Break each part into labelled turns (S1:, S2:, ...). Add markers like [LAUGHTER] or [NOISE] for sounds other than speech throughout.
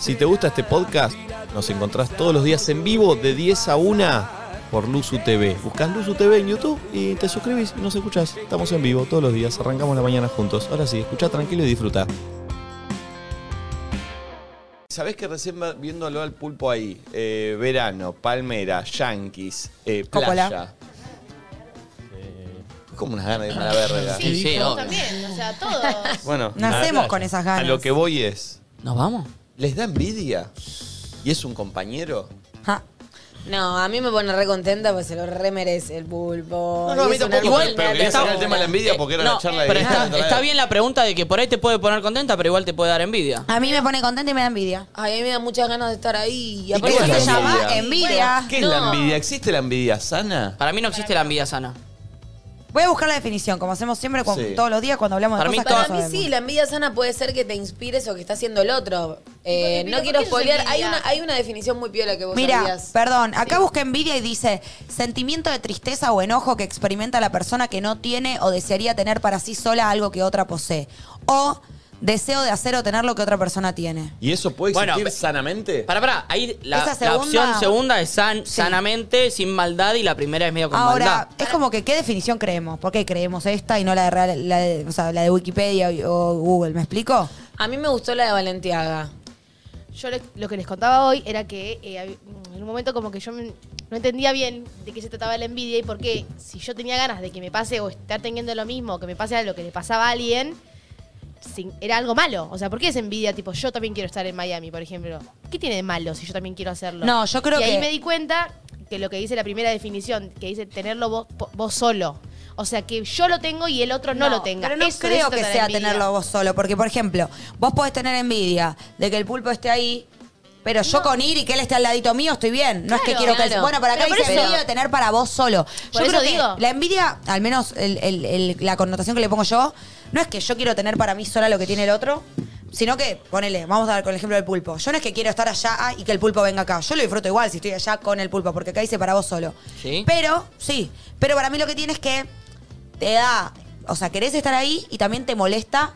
S1: Si te gusta este podcast, nos encontrás todos los días en vivo de 10 a 1 por Luzu TV. Buscás Luzu TV en YouTube y te suscribís y nos escuchás. Estamos en vivo todos los días, arrancamos la mañana juntos. Ahora sí, escucha tranquilo y disfruta. Sabés que recién va- viéndolo al pulpo ahí, eh, verano, palmera, yanquis, eh,
S2: Coppola.
S1: playa. Eh, Como unas ganas de ir a la verga.
S3: Sí, sí,
S4: yo
S3: obvio.
S4: también, o sea, todos.
S1: Bueno,
S2: Nacemos
S1: a-
S2: con esas
S1: A
S2: ganas.
S1: lo que voy es,
S3: ¿Nos vamos?
S1: ¿les da envidia? ¿Y es un compañero?
S2: Ja.
S5: No, a mí me pone re contenta porque se lo re merece el pulpo.
S1: No, no, a
S5: Y
S1: mí
S5: es una
S1: tampoco,
S5: locura.
S1: pero- pero quería
S3: está-
S1: sacar el tema de la envidia
S3: Eh,
S1: porque era
S3: no,
S1: la charla de ¿eh?
S3: Pero
S1: Guillermo
S3: está,
S1: otra vez.
S3: está bien la pregunta de que por ahí te puede poner contenta, pero igual te puede dar envidia.
S2: A mí me pone contenta y me da envidia.
S5: Ay, a mí me da muchas ganas de estar ahí. Y
S2: Por
S1: qué
S5: aparte
S2: eso
S1: es
S2: se
S1: la
S2: llama
S1: envidia?
S2: envidia.
S1: ¿Qué es la envidia? ¿Existe la envidia sana?
S3: Para mí no existe la envidia sana.
S2: Voy a buscar la definición, como hacemos siempre con-
S1: Sí.
S2: todos los días cuando hablamos de
S3: Para mí
S2: cosas que
S5: Para
S2: no
S5: mí
S2: sabemos.
S5: sí, la envidia sana puede ser que te inspires o que está haciendo el otro.
S4: Porque,
S5: Eh,
S4: mira,
S5: no
S4: ¿por qué eso
S5: quiero
S4: es
S5: spoilear. Hay
S4: envidia?
S5: una, hay una definición muy piola que vos
S2: Mira,
S5: sabías.
S2: perdón, acá busca envidia y dice sentimiento de tristeza o enojo que experimenta la persona que no tiene o desearía tener para sí sola algo que otra posee. O deseo de hacer o tener lo que otra persona tiene.
S1: ¿Y eso puede existir
S3: Bueno, pe-
S1: sanamente?
S3: Para, para, ahí la,
S2: Esa
S3: la
S2: segunda-
S3: opción segunda es san-
S2: Sí.
S3: sanamente, sin maldad, y la primera es medio con
S2: Ahora,
S3: maldad.
S2: es como que, ¿qué definición creemos? ¿Por qué creemos esta y no la de, real- la de- o sea, la de Wikipedia o o Google? ¿Me explico?
S5: A mí me gustó la de Valentiaga.
S4: Yo le- lo que les contaba hoy era que eh, hab- en un momento como que yo me- no entendía bien de qué se trataba la envidia y por qué si yo tenía ganas de que me pase o estar teniendo lo mismo o que me pase a lo que le pasaba a alguien, sin- era algo malo. O sea, ¿por qué es envidia? Tipo, yo también quiero estar en Miami, por ejemplo. ¿Qué tiene de malo si yo también quiero hacerlo?
S2: No, yo creo
S4: y
S2: que-
S4: ahí me di cuenta que lo que dice la primera definición, que dice tenerlo vos, po- vos solo. O sea, que yo lo tengo y el otro no, lo tenga.
S2: Pero no
S4: Eso, de
S2: creo
S4: eso
S2: que
S4: trata la
S2: sea
S4: envidia.
S2: tenerlo vos solo, porque por ejemplo, vos podés tener envidia de que el pulpo esté ahí, pero yo con ir y que él esté al ladito mío estoy bien. No es que
S5: Claro,
S2: quiero que él.
S5: claro.
S2: Bueno, para acá
S4: Pero por
S2: dice
S4: eso-
S2: envidia de tener para vos solo. Yo
S4: eso
S2: creo que
S4: digo.
S2: la envidia, al menos el- el- el- la connotación que le pongo yo, no es que yo quiero tener para mí sola lo que tiene el otro. Sino que, ponele, vamos a ver con el ejemplo del pulpo. Yo no es que quiero estar allá ah, y que el pulpo venga acá. Yo lo disfruto igual si estoy allá con el pulpo, porque acá dice para vos solo.
S3: Sí.
S2: Pero, sí. Pero para mí lo que tiene es que te da, o sea, querés estar ahí y también te molesta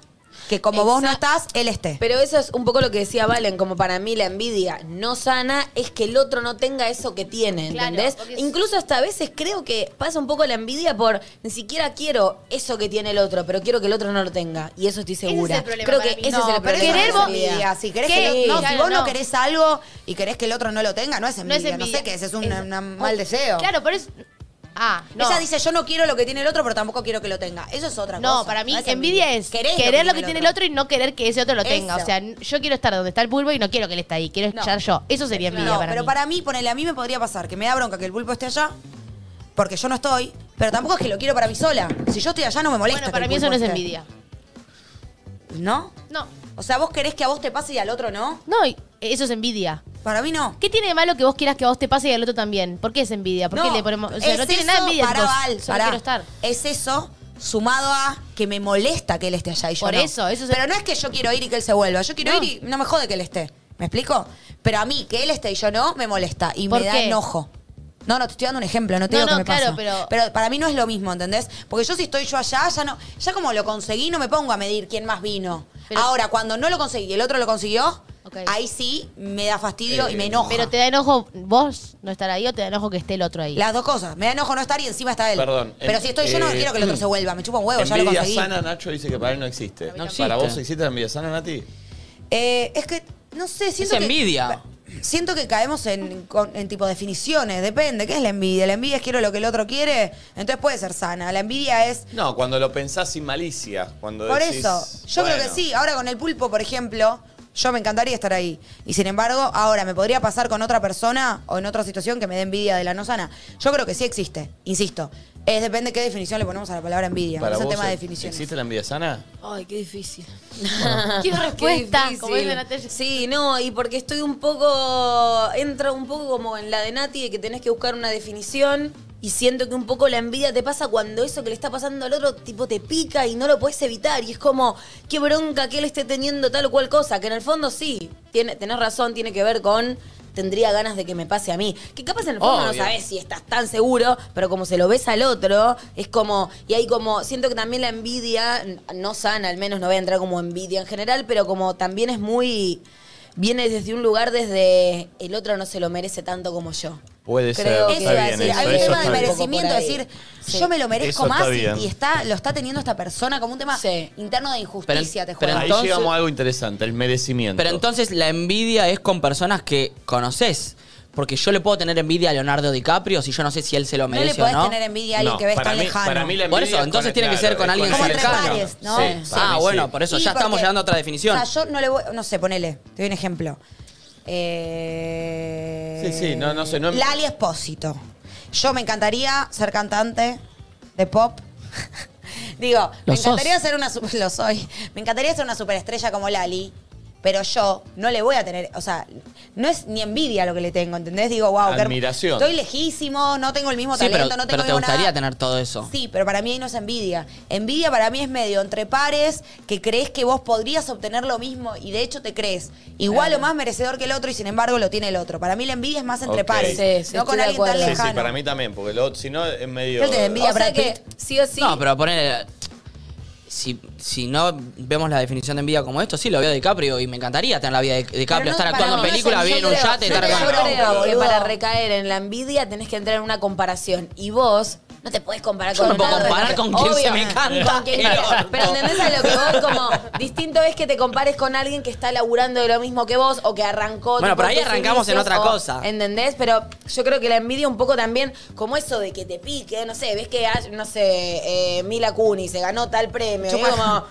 S2: que como vos no
S5: Exa-
S2: estás, él esté.
S5: Pero eso es un poco lo que decía Valen, como para mí la envidia no sana es que el otro no tenga eso que tiene,
S4: Claro,
S5: ¿entendés?
S4: porque es-
S5: Incluso hasta a veces creo que pasa un poco la envidia por ni siquiera quiero eso que tiene el otro, pero quiero que el otro no lo tenga. Y eso estoy
S4: es el
S5: segura.
S4: problema
S5: creo
S4: para
S5: que
S4: mí. No,
S5: ese es
S4: pero
S5: el problema.
S4: querer
S5: de la
S4: vos-
S5: envidia.
S2: envidia. Si, querés
S4: ¿Qué?
S2: que el- no, si
S4: Claro,
S2: vos no.
S4: no.
S2: querés algo y querés que el otro no lo tenga, no es envidia. No,
S4: envidia.
S2: sé qué es, es un una-
S4: o-
S2: mal deseo.
S4: Claro, pero es. Ah, no.
S2: Ella dice, yo no quiero lo que tiene el otro, pero tampoco quiero que lo tenga. Eso es otra cosa.
S4: No, para mí
S2: es
S4: envidia es
S2: Querés
S4: querer lo que tiene el otro y no querer que ese otro lo tenga.
S2: Eso.
S4: O sea, n- yo quiero estar donde está el pulpo y no quiero que él esté ahí. Quiero
S2: No.
S4: estar yo. Eso sería envidia
S2: No,
S4: para
S2: pero
S4: mí.
S2: para mí, ponele, a mí me podría pasar que me da bronca que el pulpo esté allá, porque yo no estoy, pero tampoco es que lo quiero para mí sola. Si yo estoy allá no me molesta.
S4: bueno,
S2: que
S4: para
S2: el
S4: mí eso no
S2: pulpo este.
S4: es
S2: esté.
S4: envidia.
S2: ¿No?
S4: No.
S2: O sea, vos querés que a vos te pase y al otro no.
S4: No, y- eso es envidia.
S2: Para mí no.
S4: ¿Qué tiene de malo que vos quieras que a vos te pase y al otro también? ¿Por qué es envidia? ¿Por qué
S2: no,
S4: le ponemos.? O sea,
S2: es
S4: no tiene
S2: eso,
S4: nada de envidia.
S2: Pará,
S4: chicos.
S2: Val,
S4: Solo
S2: pará.
S4: quiero estar.
S2: Es eso sumado a que me molesta que él esté allá y yo
S4: Por
S2: no.
S4: eso, eso es-
S2: Pero no es que yo quiero ir y que él se vuelva. Yo quiero
S4: No.
S2: ir y no me jode que él esté. ¿Me explico? Pero a mí, que él esté y yo no, me molesta y me
S4: ¿Por
S2: da
S4: qué?
S2: enojo. No, no, te estoy dando un ejemplo, no te digo
S4: No,
S2: que
S4: no,
S2: me
S4: claro,
S2: pasa.
S4: pero-
S2: para mí no es lo mismo, ¿entendés? Porque yo si estoy yo allá, ya no, ya como lo conseguí, no me pongo a medir quién más vino.
S4: Pero-
S2: Ahora, cuando no lo conseguí y el otro lo consiguió,
S4: Ok.
S2: ahí sí me da fastidio y me
S1: Eh,
S2: enoja.
S4: Pero te da enojo vos no estar ahí o te da enojo que esté el otro ahí. [LAUGHS]
S2: Las dos cosas. Me da enojo no estar y encima está él.
S1: Perdón,
S2: Pero
S1: en-
S2: si estoy yo, no
S1: eh,
S2: quiero que el otro se vuelva. Me chupa un huevo, ya lo
S1: envidia
S2: conseguí.
S1: sana, Nacho dice que para él no existe.
S3: No existe.
S1: ¿Para vos existe la envidia sana, Nati?
S2: Eh, es que, no sé, siento que...
S3: envidia.
S2: Siento que caemos en, con- en tipo definiciones. Depende. ¿Qué es la envidia? La envidia es quiero lo que el otro quiere. Entonces puede ser sana. La envidia es...
S1: No, cuando lo pensás sin malicia. Cuando
S2: Por
S1: decís,
S2: eso, yo creo
S1: bueno,
S2: que sí. Ahora con el pulpo, por ejemplo, yo me encantaría estar ahí. Y sin embargo, ahora me podría pasar con otra persona o en otra situación que me dé envidia de la no sana. Yo creo que sí existe, insisto. Es depende qué definición le ponemos a la palabra envidia.
S1: Para
S2: es un
S1: vos
S2: tema de
S1: e-
S2: definiciones.
S1: ¿Existe la envidia sana?
S5: Ay, qué difícil. [LAUGHS]
S2: [LAUGHS]
S4: Quiero
S5: Qué
S4: respuesta.
S5: difícil.
S4: Como dice Natalia.
S5: Sí, no, y porque estoy un poco. Entra un poco como en la de Nati, de que tenés que buscar una definición. Y siento que un poco la envidia te pasa cuando eso que le está pasando al otro tipo te pica y no lo puedes evitar. Y es como, qué bronca que él esté teniendo tal o cual cosa. Que en el fondo sí, tiene, tenés razón, tiene que ver con. Tendría ganas de que me pase a mí. Que capaz en el fondo no
S3: Obvio.
S5: sabes si estás tan seguro, pero como se lo ves al otro, es como. Y hay como. Siento que también la envidia, n- no sana, al menos no voy a entrar como envidia en general, pero como también es muy. viene desde un lugar desde el otro no se lo merece tanto como yo.
S1: Puede
S5: Creo
S1: ser.
S5: que
S2: Eso
S1: Está
S2: iba a
S1: bien,
S2: decir,
S1: eso,
S5: Hay
S2: hay
S1: eso
S2: un tema
S1: está
S2: de
S1: bien.
S2: merecimiento,
S5: Un poco por
S2: decir,
S5: ahí.
S2: yo me lo merezco
S1: Eso está
S2: más y,
S1: bien.
S2: y está, lo está teniendo esta persona como un tema
S5: Sí.
S2: interno de injusticia,
S3: Pero-
S2: te juro.
S3: pero
S1: Ahí
S3: Entonces-
S1: llegamos a algo interesante, el merecimiento.
S3: Pero entonces la envidia es con personas que conoces. Porque yo le puedo tener envidia a Leonardo DiCaprio si yo no sé si él se lo
S2: No le
S3: merece
S2: podés
S3: o no.
S2: tener envidia a alguien
S1: No,
S2: que ves
S1: para
S2: tan
S1: mí-
S2: lejano.
S1: Para mí la
S3: Por
S1: envidia
S3: eso,
S1: es
S3: entonces
S1: con-
S3: tiene que ser
S1: claro,
S3: con
S1: es
S3: alguien
S2: Como entre
S3: cercano.
S2: pares, ¿no?
S1: Sí,
S2: Sí.
S1: para
S3: Ah,
S1: mí
S3: bueno,
S1: sí.
S3: por eso
S2: Y
S3: ya estamos
S2: porque-
S3: llegando a otra definición.
S2: O sea, yo no le voy, no sé, ponele, te doy un ejemplo. Eh,
S1: Sí, sí, no, no sé, no-
S2: Lali Espósito. Yo me encantaría ser cantante de pop. [LAUGHS] Digo, me
S3: Lo sos.
S2: encantaría ser una super- lo soy. Me encantaría ser una superestrella como Lali. Pero yo no le voy a tener, o sea, no es ni envidia lo que le tengo, ¿entendés? Digo, wow, qué hermo-
S1: Admiración.
S2: Estoy lejísimo, no tengo el mismo
S3: sí,
S2: talento,
S3: pero,
S2: no tengo
S3: pero
S2: el
S3: te
S2: mismo
S3: gustaría
S2: nada.
S3: tener todo
S1: Oh.
S3: eso.
S2: Sí, pero para mí ahí no es envidia. Envidia para mí es medio entre pares que crees que vos podrías obtener lo mismo y de hecho te crees igual o más merecedor que el otro y sin embargo lo tiene el otro. Para mí la envidia es más entre
S1: Ok.
S2: pares,
S5: Sí, sí,
S2: no con
S5: estoy de
S2: alguien tan
S5: acuerdo.
S1: Sí,
S2: lejano.
S1: sí, para mí también, porque lo- si no es medio.
S2: Yo te envidia.
S5: O sea
S2: Brad
S5: que,
S2: Pitt.
S5: sí o sí,
S3: No, pero poner. Si, si no vemos la definición de envidia como esto, sí, lo veo a DiCaprio y me encantaría tener la vida de DiCaprio,
S2: no, para
S3: estar actuando
S2: mí
S3: en
S2: no es
S3: películas,
S2: envidia,
S3: vivir en un
S2: creo.
S3: yate,
S2: Yo
S3: estar
S2: creo-
S3: con.
S2: yo
S5: creo
S2: No,
S5: que
S2: boludo.
S5: para recaer en la envidia tenés que entrar en una comparación. Y vos no te podés comparar
S3: Yo
S5: con
S3: no puedo
S5: nada.
S3: comparar con quien se me canta
S5: Con quien
S3: el
S5: quiera.
S3: orto.
S5: Pero entendés a lo que voy como distinto es que te compares con alguien que está laburando de lo mismo que vos o que arrancó.
S3: Bueno,
S5: tipo,
S3: pero ahí
S5: tus
S3: arrancamos en
S5: inicios,
S3: otra
S5: o-
S3: cosa.
S5: ¿Entendés? Pero yo creo que la envidia un poco también, como eso de que te pique, no sé, ves que, hay, no sé, eh, Mila Kunis se ganó tal premio. y
S2: Chupa.
S5: como,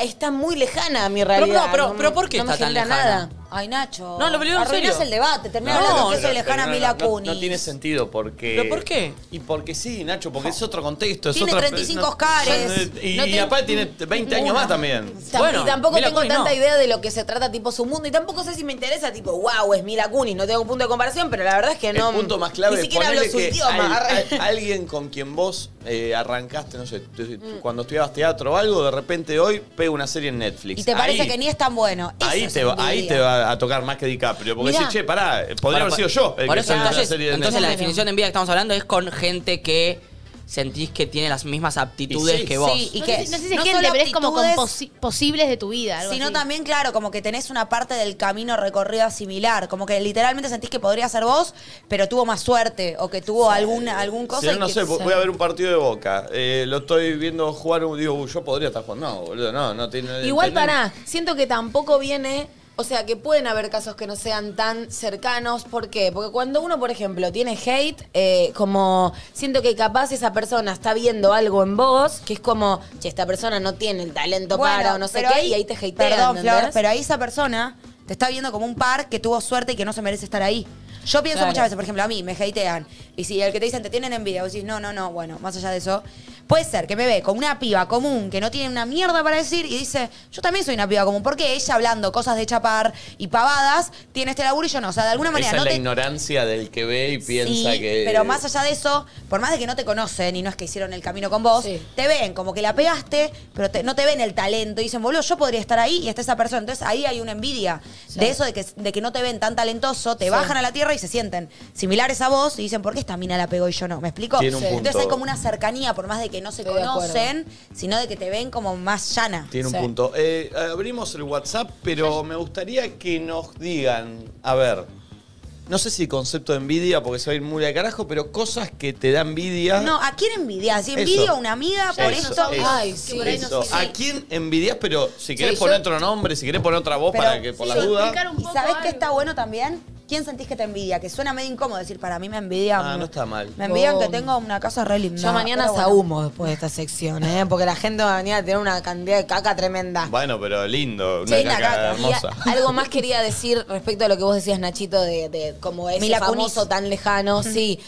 S5: está muy lejana mi
S3: Pero,
S5: realidad.
S3: no, pero-
S5: me-
S3: pero ¿por qué
S5: me
S3: está tan
S5: genera
S3: lejana?
S2: Ay, Nacho.
S3: No, lo digo en
S2: arruinás
S3: serio.
S2: el debate, termina
S3: No,
S2: hablando de que
S1: pero-
S2: soy lejana
S1: pero
S2: a
S1: no,
S2: Mila
S1: no, no,
S2: Kunis.
S1: No, tiene sentido porque.
S3: ¿Pero por qué?
S1: Y porque sí, Nacho, porque es otro contexto. Es
S2: Tiene
S1: otra-
S2: 35
S1: no- eh,
S2: Oscars.
S1: Y,
S5: No
S1: y
S5: te-
S1: aparte tiene 20 años más también.
S5: Tam-
S3: Bueno,
S5: y tampoco
S3: Mila
S5: tengo
S3: Kunis
S5: tanta
S3: no.
S5: idea de lo que se trata, tipo su mundo. Y tampoco sé si me interesa, tipo, wow, es Mila Kunis. No tengo punto de comparación, pero la verdad es que no.
S1: el punto más clave es
S5: Ni siquiera hablo
S1: ponerle
S5: su
S1: que
S5: idioma.
S1: al-
S5: arre.
S1: al- alguien con quien vos eh, arrancaste, no sé, tú- tú-
S2: Mm.
S1: cuando estudiabas teatro o algo, de repente hoy pega una serie en Netflix.
S2: Y te parece
S1: Ahí-
S2: que ni es tan bueno. Eso
S1: Ahí
S2: es
S1: te, va,
S2: envidia.
S1: ahí te va a tocar más que DiCaprio. Porque
S2: Mirá.
S1: decís, che, pará, eh, podría haber
S3: Por-
S1: sido yo. el
S3: Por
S1: que
S3: eso,
S1: sale en
S3: entonces,
S1: serie de
S3: entonces la
S1: Netflix.
S3: definición de envidia que estamos hablando es con gente que sentís que tiene las mismas aptitudes
S1: sí.
S3: que vos.
S2: Sí, y
S4: no,
S2: que
S4: sé, si- no sé si es
S2: no
S4: gente,
S2: solo
S4: pero es como con
S2: actitudes,
S4: posi- posibles de tu vida. algo
S2: Sino
S4: así.
S2: también, claro, como que tenés una parte del camino recorrido similar. Como que literalmente sentís que podría ser vos, pero tuvo más suerte o que tuvo algún, algún cosa.
S1: Si
S2: y
S1: no, no
S2: que-
S1: sé, vo- voy a ver un partido de Boca. eh, lo estoy viendo jugar, un- digo, "Uy, yo podría estar jugando. No, boludo, no, no tiene...
S5: Igual
S1: entendés.
S5: para, siento que tampoco viene. O sea, que pueden haber casos que no sean tan cercanos. ¿Por qué? Porque cuando uno, por ejemplo, tiene hate, eh, como siento que capaz esa persona está viendo algo en vos, que es como, che, esta persona no tiene el talento
S2: Bueno,
S5: para o no sé qué,
S2: pero
S5: y ahí te hatean,
S2: Perdón,
S5: ¿entendés?
S2: Flor, pero ahí esa persona te está viendo como un par que tuvo suerte y que no se merece estar ahí. Yo pienso
S5: Claro.
S2: muchas veces, por ejemplo, a mí me hatean. Y si el que te dicen te tienen envidia, vos decís, no, no, no, bueno, más allá de eso. Puede ser que me ve con una piba común que no tiene una mierda para decir y dice, yo también soy una piba común. Porque ella hablando cosas de chapar y pavadas tiene este laburo y yo no. O sea, de alguna manera
S1: Esa
S2: no
S1: es la
S2: te-
S1: ignorancia del que ve y piensa
S2: Sí,
S1: que...
S2: Pero más allá de eso, por más de que no te conocen y no es que hicieron el camino con vos,
S5: Sí.
S2: te ven como que la pegaste, pero te- no te ven el talento. Y dicen, boludo, yo podría estar ahí y está esa persona. Entonces ahí hay una envidia de eso de que, de que no te ven tan talentoso, te bajan a la tierra y se sienten similares a vos y dicen, ¿por qué esta mina la pegó y yo no? ¿Me explico?
S1: Tiene un
S2: Entonces
S1: punto.
S2: hay como una cercanía, por más de que no se
S5: Estoy de acuerdo.
S2: conocen, sino de que te ven como más llana.
S1: Tiene un
S5: Sí.
S1: punto. Eh, abrimos el WhatsApp, pero me gustaría que nos digan, a ver, no sé si concepto de envidia, porque soy muy de carajo, pero cosas que te dan envidia.
S2: No, ¿a quién envidias? Si envidio
S1: Eso.
S2: a una amiga
S1: Eso,
S2: por
S1: eso,
S2: esto.
S1: eso,
S5: Ay, sí, por ahí no
S1: eso.
S5: sé.
S1: ¿A quién envidias? Pero si querés
S5: Sí,
S1: poner
S5: yo-
S1: otro nombre, si querés poner otra voz
S2: Pero,
S1: para que por
S4: sí,
S1: las dudas.
S4: explicar un
S2: ¿Y
S4: poco
S2: sabés qué
S4: algo.
S2: está bueno también? ¿Quién sentís que te envidia? Que suena medio incómodo decir, para mí me envidian.
S1: Ah, no está mal.
S2: Me envidian
S5: Oh.
S2: que tengo una casa re linda.
S5: Yo mañana
S2: pero bueno.
S5: sahumo después de esta sección, ¿eh? Porque la gente va a venir a tener una cantidad de caca tremenda.
S1: Bueno, pero lindo,
S2: Sí,
S1: una
S2: una
S1: caca
S2: caca.
S1: hermosa.
S5: Y a- algo más quería decir respecto a lo que vos decías, Nachito, de, de como ese
S2: Mila Kunis.
S5: famoso tan lejano. Sí.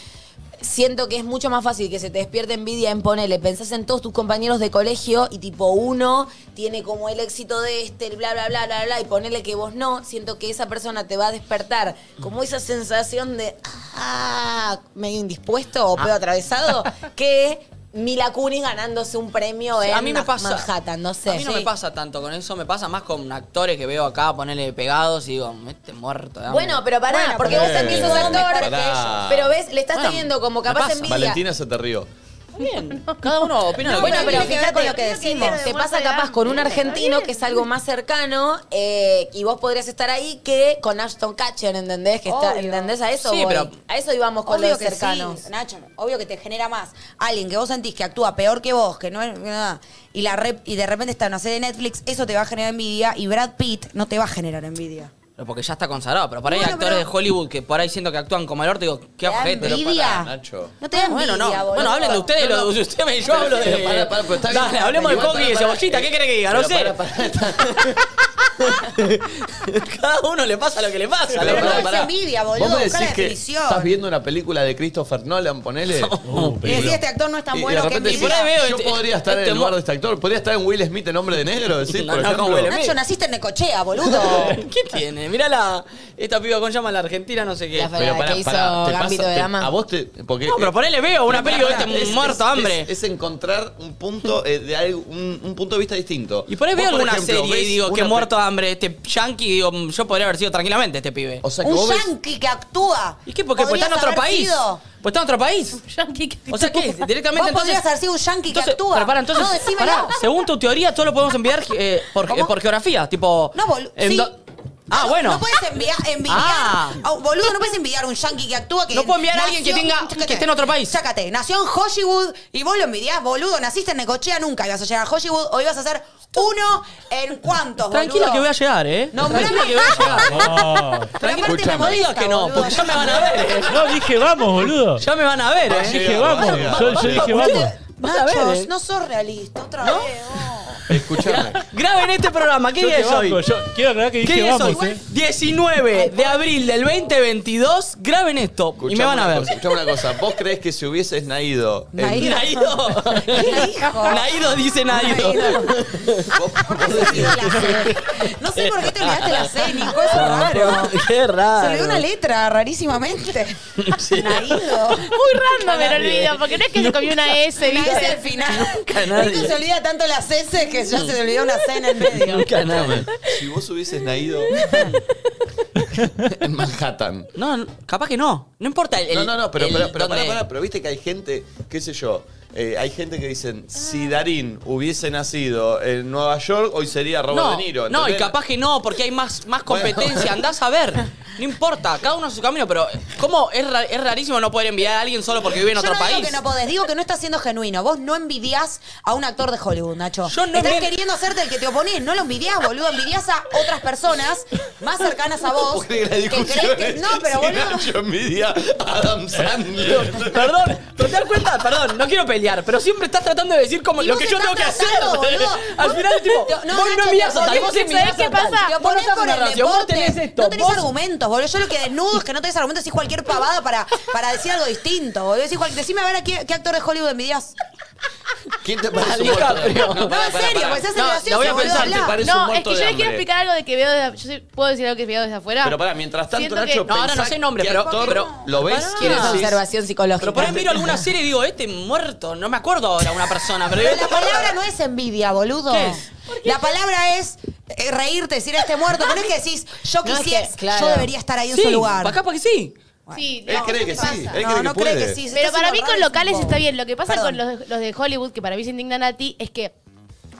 S5: Siento que es mucho más fácil que se te despierte envidia en ponele. Pensás en todos tus compañeros de colegio y tipo uno tiene como el éxito de este, el bla, bla, bla, bla, bla, y ponele que vos no. Siento que esa persona te va a despertar como esa sensación de, ah, medio indispuesto o
S3: Ah.
S5: pedo atravesado,
S3: [LAUGHS]
S5: que Mila Kunis ganándose un premio en
S3: a mí me
S5: Ma-
S3: pasa.
S5: Manhattan, no sé.
S3: A mí no
S5: Sí.
S3: me pasa tanto con eso, me pasa más con actores que veo acá ponerle pegados y digo, este muerto. de hambre".
S5: Bueno, pero pará,
S2: Bueno,
S5: porque
S2: pero
S5: vos también
S1: eh,
S5: sos actor.
S1: pará.
S5: Pero ves, le estás
S3: Bueno,
S5: teniendo como
S3: me
S5: capaz
S3: pasa.
S5: envidia.
S1: Valentina se te rió.
S3: Bien, cada uno opina lo que
S5: bueno,
S3: quiere.
S5: pero
S2: tiene que ver
S5: fíjate
S2: con
S5: lo que
S4: tiene que ver
S5: decimos.
S4: de
S5: Te
S4: vuelta
S5: pasa
S4: de
S5: capaz
S4: hambre,
S5: con un
S4: está
S5: argentino
S4: bien.
S5: que es algo más cercano eh, y vos podrías estar ahí que con Ashton Catcher, ¿entendés? Que está,
S2: Obvio.
S5: ¿Entendés? A eso
S3: Sí,
S5: voy.
S3: pero-
S5: A eso íbamos con
S2: Obvio
S5: los
S2: que
S5: cercanos.
S2: sí, Nacho, obvio que te genera más. Alguien que vos sentís que actúa peor que vos, que no es nada, y, la rep- y de repente está en una serie de Netflix, eso te va a generar envidia y Brad Pitt no te va a generar envidia.
S3: Pero porque ya está consagrado, pero por ahí
S2: Bueno,
S3: actores
S2: pero-
S3: de Hollywood que por ahí siento que actúan como el orto, digo, qué
S2: Te da
S3: ojete.
S1: pero
S2: envidia.
S1: pará, Nacho.
S2: Ah, No te da envidia,
S3: bueno, no.
S2: boludo.
S3: Bueno, hablen de ustedes,
S1: No, no.
S3: lo de ustedes me- yo hablo de.
S1: Pero pará, pará, pero está bien.
S3: eh, Dale, hablemos de
S1: Igual,
S3: Coqui y de
S1: pará, pará.
S3: Cebollita, ¿qué querés que diga? No
S1: Pero
S3: sé.
S1: pará, pará, está-
S3: Cada uno le pasa lo que le pasa.
S2: Pero
S1: Pero
S2: no
S1: pará,
S2: es
S1: pará.
S2: envidia, boludo,
S1: Vos me
S2: buscá la
S1: decís que
S2: definición.
S1: estás viendo una película de Christopher Nolan, ponele.
S6: Uh,
S2: Y decís,
S6: peliculón.
S2: este actor no es tan
S1: y,
S2: bueno
S1: de
S2: que
S1: repente
S2: envidia.
S1: decís,
S3: Y por ahí veo
S1: yo
S3: este-
S1: podría estar
S3: este
S1: en el lugar
S3: mo-
S1: de este actor. Podría estar en Will Smith en Hombre de Negro, decís,
S3: No,
S1: por
S3: no,
S1: ejemplo.
S3: con Will Smith.
S2: Nacho, naciste en
S1: [LAUGHS]
S2: Necochea, boludo.
S3: ¿Qué tiene? Mirá la, esta piba con llama la Argentina, no sé qué.
S7: La fe- Para, que hizo Gambito de
S1: te-
S7: Dama.
S1: A vos te. Porque,
S3: No, pero ponele veo una peli
S1: película
S3: de este muerto hambre.
S1: Es, es encontrar un punto eh, de algo- un, un punto de vista distinto.
S3: y por ahí
S1: Vos,
S3: veo alguna
S1: ejemplo,
S3: serie y
S1: ves
S3: digo,
S1: una
S3: qué
S1: pe-
S3: muerto de hambre, este yankee, digo, mm, yo podría haber sido tranquilamente este pibe.
S1: O sea, que
S2: Un
S1: vos ves-
S2: yankee que actúa.
S3: ¿Y qué? Porque pues está en
S2: Podrías
S3: otro
S2: haber
S3: país.
S2: sido-
S3: Pues está en otro país.
S4: Yankee que- [LAUGHS]
S3: O sea, ¿qué?
S2: Vos
S3: Directamente entonces...
S2: podrías haber sido un yankee
S3: entonces-
S2: que actúa.
S3: pero pará, entonces,
S2: no, decímelo.
S3: pará, según tu teoría, todo lo podemos enviar eh, por,
S2: ¿Cómo?
S3: eh, por geografía, tipo...
S2: No, boludo.
S3: en
S2: sí.
S3: do- Ah,
S2: No,
S3: bueno.
S2: No puedes enviar. envidiar-
S3: Ah.
S2: Ah, boludo, no puedes envidiar a un yankee que actúa. Que
S3: No puedo envidiar a alguien que tenga-
S2: Chácate.
S3: que esté en otro país.
S2: Chácate. Nació en Hollywood y vos lo envidiás, boludo. Naciste en Necochea, nunca ibas a llegar a Hollywood. O ibas a ser uno en cuántos,
S3: Tranquilo
S2: boludo?
S3: que voy a llegar, ¿eh?
S2: No,
S3: Tranquilo
S2: pará.
S3: que voy a llegar.
S6: No.
S2: Pero
S1: Escuchame.
S2: aparte me
S3: No digas
S2: molesta,
S3: que no,
S2: boludo.
S3: porque ya me van a ver. eh.
S6: No, dije vamos, boludo.
S3: Ya me van a ver,
S1: Vas a
S3: ¿eh?
S6: Dije
S1: Vamos,
S6: vamos.
S1: vamos,
S6: Yo, yo dije vamos.
S3: Van a ver,
S2: Nachos,
S3: eh.
S2: no sos realista, otra vez. oh.
S1: Escuchame.
S3: Graben este programa, ¿qué
S6: Yo
S3: día
S6: te
S3: es hoy?
S6: banco, yo quiero aclarar que
S3: ¿Qué
S6: dije
S3: día es hoy?
S6: vamos, eh.
S3: 19 de abril del 2022, graben esto y me
S1: Escuchame
S3: van a
S1: una
S3: ver.
S1: cosa, Escuchame una cosa. ¿Vos crees que si hubieses naído. en-
S2: Naído.
S3: Naido.
S2: [LAUGHS] ¿Qué dijo?
S3: Naido dice Naido.
S1: vos- vos
S2: Sí,
S1: decís-
S2: la sé.
S5: [LAUGHS]
S2: No sé por qué te olvidaste la C, Nico, eso es raro.
S3: [LAUGHS] Qué raro.
S2: Se le dio una letra rarísimamente. Naído.
S4: Muy random me lo olvido, porque no es que se comió una S,
S2: Una S
S4: ¿viste?
S2: al final.
S3: nadie.
S2: Nico se olvida tanto las S que ya se le olvidó una C en el medio.
S3: Nunca nada.
S1: Si vos hubieses naído. en Manhattan.
S3: No, no, capaz que no. No importa. El,
S1: No, no, no, pero,
S3: el-
S1: pero, pero,
S3: donde-
S1: pará, pará, pero viste que hay gente, qué sé yo, eh, hay gente que dicen, si Darín hubiese nacido en Nueva York, hoy sería Robert
S3: No,
S1: De Niro.
S3: no, y
S1: ¿entendés?
S3: capaz que no, porque hay más, más competencia. Andás a ver. No importa, cada uno a su camino, pero ¿cómo es, ra- es rarísimo no poder enviar a alguien solo porque vive en
S2: Yo
S3: otro
S2: no
S3: país?
S2: digo que no podés, digo que no estás siendo genuino. Vos no envidiás a un actor de Hollywood, Nacho.
S3: Yo no
S2: estás
S3: me-
S2: queriendo hacerte el que te oponés, no lo envidiás, boludo. Envidiás a otras personas más cercanas
S3: [LAUGHS]
S2: a vos.
S1: Porque la discusión es
S2: No, pero
S1: si
S2: boludo.
S1: Nacho envidia a Adam Sandler.
S3: Perdón, pero te das cuenta, perdón, no quiero pelear, pero siempre estás tratando de decir como
S2: Y
S3: lo
S2: vos
S3: que yo tengo
S2: estás
S3: que hacer.
S2: tratando, boludo.
S3: Al
S2: Vos-
S3: final, tipo,
S2: No,
S3: vos
S2: Nacho,
S3: no mirás a
S2: te
S3: tal, vos
S2: oponés-
S3: enviás
S4: ¿sabés
S3: a
S4: qué
S3: tal.
S4: pasa?
S2: Te
S3: Vos no
S2: oponés
S3: estás en
S2: por
S3: una
S2: el
S3: relación, vos
S2: deporte.
S3: tenés esto.
S2: No tenés
S3: vos-
S2: argumentos, boludo. Yo lo que desnudo es que no tenés argumentos. Decís cualquier pavada para, para decir algo distinto, boludo. Decís cual- Decime a ver a qué, qué actor de Hollywood envidias.
S1: ¿Quién te parece un muerto? de-
S3: DiCaprio.
S2: No, en serio, porque
S5: pues
S2: se hace
S3: No,
S2: gracioso,
S3: la voy a
S2: boludo,
S3: pensar,
S2: hablá.
S3: te parece
S1: un
S4: No,
S1: muerto de
S4: es que yo les
S1: hambre.
S4: quiero explicar algo de que veo desde, yo sé- puedo decir algo que veo desde afuera.
S1: Pero pará, mientras tanto,
S4: Siento que-
S1: Nacho,
S3: No, ahora no
S1: pensá
S3: sé nombre,
S1: qué
S3: pero-
S1: actor
S3: pero-
S1: lo ves
S3: pará.
S1: y
S7: Quiero esa
S1: decís,
S7: observación psicológica.
S3: Pero por ahí
S2: [LAUGHS]
S3: miro alguna serie y digo, este muerto, no me acuerdo ahora una persona, pero digo, "Este
S2: Pero la palabra no es envidia, boludo.
S3: ¿Qué es?
S2: La palabra es eh, reírte, decir este muerto. Pero no es que decís, yo
S7: No, es que,
S2: quisiera,
S7: claro.
S2: yo debería estar ahí en
S3: sí,
S2: su lugar.
S3: acá para que sí.
S4: sí,
S1: Él
S4: no,
S1: cree que
S4: pasa.
S1: sí, él cree
S2: no,
S1: que
S2: no cree
S1: puede.
S2: que sí. se
S4: Pero
S2: está
S4: para mí
S2: haciendo
S4: con
S2: raro,
S4: locales
S2: tipo.
S4: está bien. Lo que pasa
S2: Perdón.
S4: con los, los de Hollywood, que para mí se indigna Nati, es que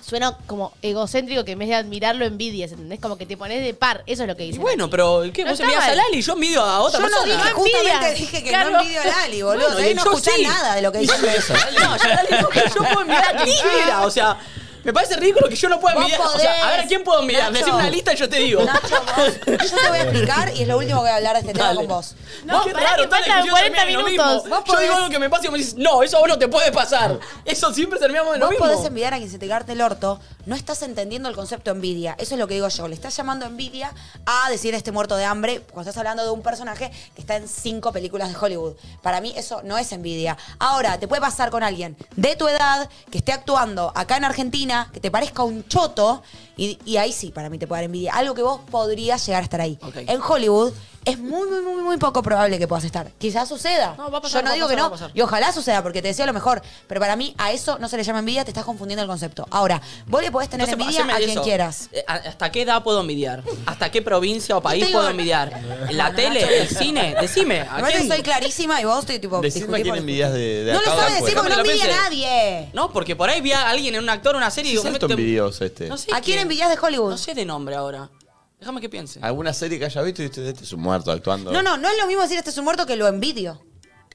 S4: suena como egocéntrico que en vez de admirarlo envidias, ¿entendés? Como que te pones de par. Eso es lo que
S3: Y
S4: dice.
S3: bueno, pero ¿qué?
S4: No
S3: vos
S4: está
S3: enviás a
S4: mal.
S3: Lali y yo envidio a otra
S2: Yo no
S3: persona.
S2: dije,
S4: No
S2: justamente
S4: envidias,
S2: dije que no
S4: claro.
S2: envidio a Lali, boludo.
S3: Bueno,
S2: Ahí
S3: y
S2: no
S3: yo
S2: escuchás
S3: sí.
S2: nada de lo que
S3: Y yo-
S2: dice.
S3: [LAUGHS] No, yo Lali dijo que yo
S2: [LAUGHS]
S3: puedo envidiar a quien quiera, o sea... Me parece ridículo que yo no pueda
S2: Vos
S3: envidiar. O sea, a ver, ¿a quién puedo envidiar?
S2: podés,
S3: Decime una
S2: Nacho.
S3: lista y yo te digo.
S2: Nacho, vos- yo te voy a explicar y es lo último que voy a hablar de este tema
S3: Dale.
S2: con vos.
S4: No,
S3: Qué
S4: pará, que
S3: toda la
S4: faltan
S3: discusión
S4: 40
S3: termina en lo
S4: minutos.
S3: mismo.
S2: Vos
S3: Yo
S2: podés-
S3: digo algo que me pasa y me dices, no, eso a vos no te puede pasar. Eso siempre terminamos en lo
S2: Vos
S3: mismo.
S2: podés envidiar a quien se te carte el orto, no estás entendiendo el concepto envidia. Eso es lo que digo yo. Le estás llamando envidia a decir este muerto de hambre cuando estás hablando de un personaje que está en cinco películas de Hollywood. Para mí eso no es envidia. Ahora, te puede pasar con alguien de tu edad que esté actuando acá en Argentina, que te parezca un choto, y, y ahí Eh, sí, para mí te puede dar envidia. Algo que vos podrías llegar a estar ahí.
S3: Ok.
S2: En Hollywood es muy, muy, muy, muy poco probable que puedas estar. Quizás suceda.
S3: No, va a pasar,
S2: Yo no
S3: va a
S2: digo
S3: pasar, va a
S2: que no.
S3: pasar.
S2: Y ojalá suceda, porque te deseo lo mejor. Pero para mí, a eso no se le llama envidia, te estás confundiendo el concepto. Ahora, vos le podés tener
S3: Entonces,
S2: envidia
S3: haceme
S2: a
S3: de
S2: quien
S3: eso.
S2: quieras.
S3: Eh, a- ¿Hasta qué edad puedo envidiar? ¿Hasta qué provincia o país
S2: digo-
S3: puedo
S1: [LAUGHS]
S3: envidiar? ¿La tele? ¿El cine? Decime. ¿a
S2: Igual
S3: quién?
S2: yo soy clarísima y vos estoy tipo.
S8: Decime a
S2: discutí
S8: quién
S2: por-
S8: envidias de, de
S2: No lo
S8: acá pues. o de
S2: sabes decir
S8: afuera.
S2: porque no
S3: Déjame lo
S2: envidia a
S3: pensé.
S2: nadie.
S3: No, porque por ahí vi a alguien en un actor, una serie y
S8: Sí,
S3: digo,
S8: son
S3: me
S8: estos
S3: meto-
S8: envidiosos, este.
S3: No sé
S2: ¿A quién
S3: quién.
S2: envidias de Hollywood?
S3: No sé de nombre ahora. Déjame que piense.
S1: Ah,
S8: ¿Alguna serie que haya visto y este, este es un muerto actuando?
S2: No, no, no es lo mismo decir este es un muerto que lo envidio.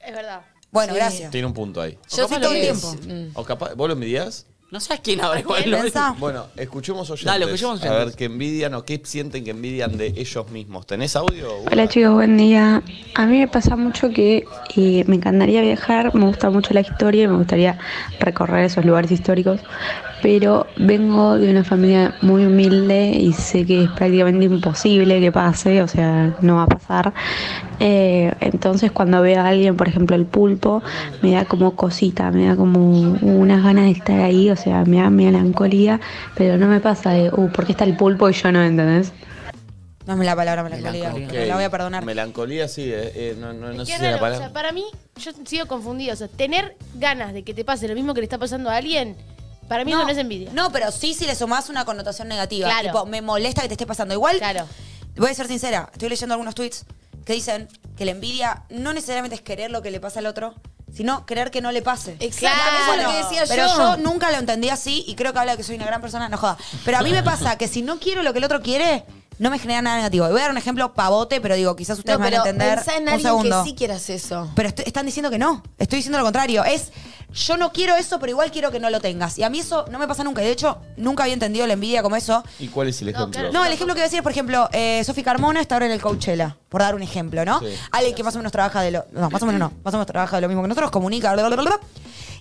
S4: Es verdad.
S2: Bueno,
S9: Sí.
S2: gracias.
S8: Tiene un punto ahí.
S9: Yo sí
S2: capaz
S9: todo
S2: lo
S9: el
S2: es.
S9: tiempo. Mm.
S8: O capaz, ¿Vos lo envidias?
S3: No sé a quién ahora igual.
S4: quién?
S3: no-
S2: Pensá.
S8: Bueno, escuchemos oyentes.
S3: Dale, escuchemos
S8: A
S3: oyentes.
S8: ver qué envidian o qué sienten que envidian de ellos mismos. ¿Tenés audio?
S10: Hola chicos, buen día. A mí me pasa mucho que eh, me encantaría viajar, me gusta mucho la historia y me gustaría recorrer esos lugares históricos, pero vengo de una familia muy humilde y sé que es prácticamente imposible que pase, o sea, no va a pasar. Eh, entonces cuando veo a alguien, por ejemplo el pulpo, me da como cosita, me da como unas ganas de estar ahí, o sea, me da melancolía, pero no me pasa de, uh, ¿por qué está el pulpo y yo no, entendés?
S2: No me la palabra melancolía.
S8: Ok.
S2: Me la voy a perdonar.
S8: Melancolía, sí. eh, eh, no no, no
S4: Es que
S8: sé
S4: es
S8: si es
S4: raro,
S8: la
S4: o sea,
S8: palabra.
S4: para mí, yo sigo confundida. O sea, tener ganas de que te pase lo mismo que le está pasando a alguien, para mí eso no es envidia.
S2: no, pero sí si le sumás una connotación negativa.
S4: Claro.
S2: Tipo, me molesta que te esté pasando. Igual,
S4: Claro.
S2: voy a ser sincera, estoy leyendo algunos tweets que dicen que la envidia no necesariamente es querer lo que le pasa al otro, sino querer que no le pase.
S5: Exacto,
S4: Claro.
S5: eso es lo que decía
S2: Pero yo
S5: yo.
S2: nunca lo entendí así y creo que habla de que soy una gran persona, no joda. Pero a mí me pasa que si no quiero lo que el otro quiere, no me genera nada negativo. Y Voy a dar un ejemplo pavote, pero digo, quizás ustedes
S5: No,
S2: me van
S5: pero
S2: a entender.
S5: pensá en
S2: un
S5: alguien
S2: segundo.
S5: que sí quieras eso.
S2: Pero est- están diciendo que no. Estoy diciendo lo contrario. Es, yo no quiero eso, pero igual quiero que no lo tengas. Y a mí eso no me pasa nunca. Y De hecho, nunca había entendido la envidia como eso.
S8: ¿Y cuál es el ejemplo?
S4: claro.
S2: No, el ejemplo que voy a decir es, por ejemplo, eh, Sofi Carmona está ahora en el Coachella, por dar un ejemplo, ¿no?
S8: Sí.
S2: Alguien que más o menos trabaja de lo... No, más o menos no. Más o menos trabaja de lo mismo que nosotros, comunica, bla, bla, bla, bla.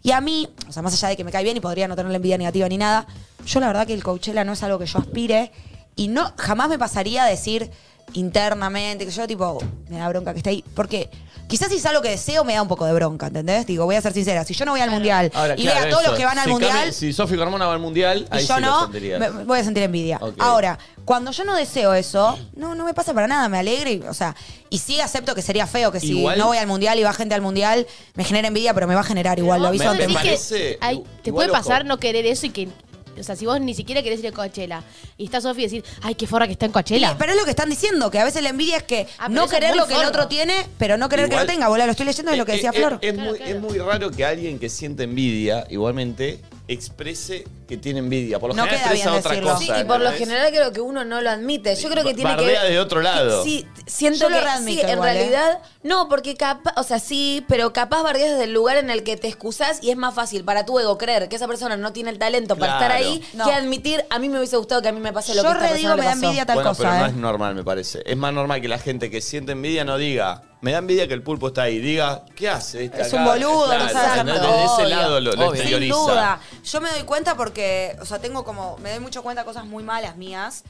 S2: Y a mí, o sea, más allá de que me cae bien y podría no tener la envidia negativa ni nada, yo la verdad que el Coachella no es algo que yo aspire y no jamás me pasaría a decir internamente que yo tipo me da bronca que esté ahí porque quizás si es algo que deseo me da un poco de bronca ¿entendés? digo voy a ser sincera si yo no voy al mundial
S8: Ahora,
S2: y
S8: claro,
S2: veo a todos
S8: eso.
S2: los que van al
S8: Si Cami-
S2: mundial
S8: si Sofi Carmona va al mundial,
S2: y
S8: ahí
S2: yo
S8: sí lo
S2: no,
S8: sentirías.
S2: me- me voy a sentir envidia.
S8: Ok.
S2: Ahora, cuando yo no deseo eso, no, no me pasa para nada, me alegra y, o sea, y sí acepto que sería feo que si
S8: Igual-
S2: no voy al mundial y va gente al mundial, me genera envidia, pero me va a generar igual, lo
S4: Pero
S2: aviso
S4: vos
S8: me
S2: antes.
S4: decís que
S8: parece-
S4: hay-
S8: igual,
S4: te puede
S8: ojo.
S4: pasar no querer eso y que. O sea, si vos ni siquiera querés ir a Coachella y está Sofi y decir, ay, qué forra que está en Coachella.
S2: Pero es lo que están diciendo, que a veces la envidia es que
S4: Ah, pero
S2: no
S4: eso es
S2: querer
S4: muy
S2: lo que el
S4: forro.
S2: otro tiene, pero no querer
S8: Igual-
S2: que lo tenga, boludo, lo estoy leyendo de lo que
S8: Eh,
S2: decía
S8: eh,
S2: Flor.
S8: Es, muy,
S4: claro.
S8: es muy raro que alguien que siente envidia, igualmente, exprese que tiene envidia. Por lo
S2: No
S8: general
S2: queda
S8: expresa
S2: bien
S8: otra
S2: decirlo.
S8: cosa.
S5: Sí, y por lo
S8: ¿entendés?
S5: general creo que uno no lo admite. Yo creo que tiene que
S8: Bardea
S5: ver-
S8: de otro lado.
S5: Sí, t- siento
S2: Yo lo
S5: que
S2: readmito
S5: sí, en
S2: igual, ¿eh?
S5: realidad no, porque capaz, o sea, sí, pero capaz bardeas desde el lugar en el que te excusás y es más fácil para tu ego creer que esa persona no tiene el talento para
S8: Claro.
S5: estar ahí
S2: No.
S5: que admitir a mí me hubiese gustado que a mí me pase lo que
S2: Yo
S5: a esta
S2: redigo,
S5: persona
S2: me
S5: le
S2: da
S5: pasó".
S2: envidia tal
S8: bueno, pero
S2: cosa,
S8: no
S2: eh.
S8: es normal, me parece. Es más normal que la gente que siente envidia no diga, me da envidia que el pulpo está ahí. Diga, ¿qué hace? este
S2: Es un
S8: acá?"
S2: boludo, no
S8: Claro,
S2: sabe hacer
S8: ¿entendés?
S2: nada.
S8: Desde ese
S2: Obvio,
S8: lado lo, lo
S3: obvio.
S8: exterioriza.
S2: Sin duda. Yo me doy cuenta porque, o sea, tengo como, me doy mucho cuenta de cosas muy malas mías.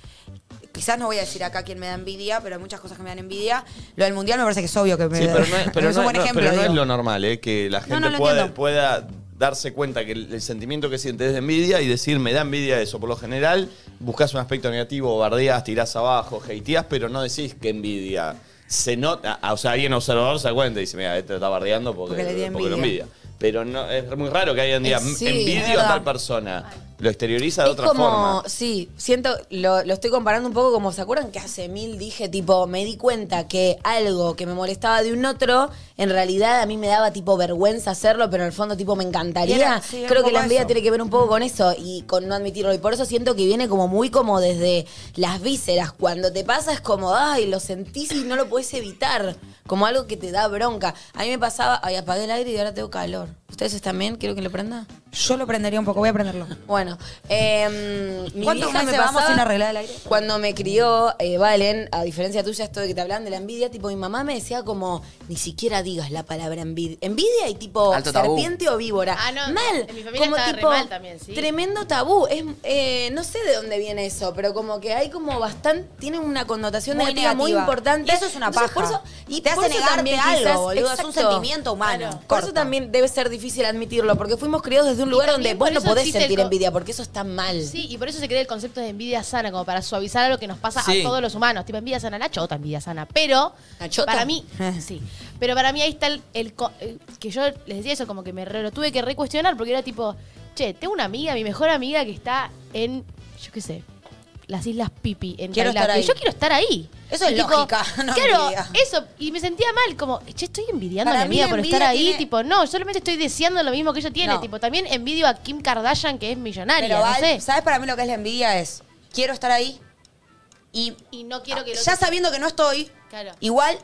S2: Quizás no voy a decir acá quién me da envidia, pero hay muchas cosas que me dan envidia. Lo del mundial me parece que es obvio que me
S8: Sí,
S2: [LAUGHS]
S8: pero no, es- pero
S2: es
S8: no-
S2: un buen
S8: no-
S2: ejemplo.
S8: pero no es
S2: digo.
S8: lo normal, ¿eh? que la gente
S2: no lo
S8: pueda,
S2: entiendo.
S8: pueda darse cuenta que el, el sentimiento que siente es de envidia y decir, me da envidia eso. Por lo general, buscas un aspecto negativo, bardeas, tirás abajo, hateás, pero no decís que envidia. Se nota, ah, o sea, alguien observador se da cuenta y dice, mira, este está bardeando porque,
S2: Porque le di
S8: porque lo
S2: envidia".
S8: envidia. Pero no, es muy raro que alguien diga,
S5: Eh, sí,
S8: envidio
S5: es
S8: a
S5: verdad.
S8: tal persona. Lo exterioriza de
S5: Es
S8: otra
S5: como,
S8: forma.
S5: sí, siento, lo, lo estoy comparando un poco como, ¿se acuerdan que hace mil dije, tipo, me di cuenta que algo que me molestaba de un otro, en realidad a mí me daba, tipo, vergüenza hacerlo, pero en el fondo, tipo, me encantaría?
S2: Y era- sí, era un
S5: Creo que
S2: poco
S5: la envidia
S2: eso.
S5: tiene que ver un poco con eso y con no admitirlo. Y por eso siento que viene como muy como desde las vísceras. Cuando te pasa es como, ay, lo sentís y no lo puedes evitar. Como algo que te da bronca. A mí me pasaba, ay, apagué el aire y ahora tengo calor. ¿Ustedes están bien? ¿Quiero que lo prenda?
S2: Yo lo prendería un poco, voy a prenderlo.
S5: Bueno, eh, mi
S2: ¿Cuántos
S5: vieja me
S2: meses vamos
S5: pasaba-
S2: sin arreglar el aire?
S5: Cuando me crió eh, Valen, a diferencia tuya, esto de que te hablan de la envidia, tipo, mi mamá me decía como, ni siquiera digas la palabra envidia. Envidia y tipo,
S3: Alto tabú.
S5: serpiente o víbora.
S4: Ah, no,
S5: mal.
S4: en mi familia
S5: como
S4: estaba re
S5: tipo,
S4: mal también, sí.
S5: Tremendo tabú. Es, eh, no sé de dónde viene eso, pero como que hay como bastante, tiene una connotación
S2: Muy
S5: negativa, muy
S2: negativa.
S5: importante.
S2: Y eso es una
S5: Entonces,
S2: paja.
S5: por eso- y
S2: Te hace
S5: por eso
S2: negarte
S5: también
S2: algo,
S5: quizás-
S2: boludo, es un
S5: exacto.
S2: sentimiento humano.
S5: Por
S2: Corta.
S5: eso también debe ser difícil admitirlo, porque fuimos criados desde desde un lugar
S4: Y
S5: donde
S4: también
S5: vos
S4: por
S5: no
S4: eso
S5: podés
S4: existe el
S5: sentir
S4: co-
S5: envidia, porque eso está mal.
S4: Sí, y por eso se crea el concepto de envidia sana, como para suavizar a lo que nos pasa
S3: Sí.
S4: a todos los humanos. Tipo, envidia sana, la chota, envidia sana. Pero,
S5: ¿La chota? Ah.
S4: para mí, sí. Pero para mí ahí está el, el co- el- que yo les decía eso, como que me re- lo tuve que recuestionar, porque era tipo, che, tengo una amiga, mi mejor amiga que está en, yo qué sé, las Islas Pipi, en
S5: Quiero
S4: Tailandia.
S5: estar ahí.
S4: Yo quiero estar ahí.
S5: Eso es
S4: Y
S5: lógica, [LAUGHS] no
S4: claro,
S5: envidia.
S4: eso. Y me sentía mal, como, che, estoy envidiando
S5: Para
S4: a mi
S5: mí
S4: amiga
S5: la
S4: por
S5: envidia
S4: estar ahí.
S5: tiene-
S4: Tipo, no, solamente estoy deseando lo mismo que ella tiene.
S2: No.
S4: Tipo, también envidio a Kim Kardashian, que es millonaria,
S2: Pero
S4: no
S2: Val,
S4: sé.
S2: ¿sabes para mí lo que es la envidia? Es, quiero estar ahí y
S4: Y no quiero que lo
S2: Ah, ya sabiendo que no estoy,
S4: Claro.
S2: igual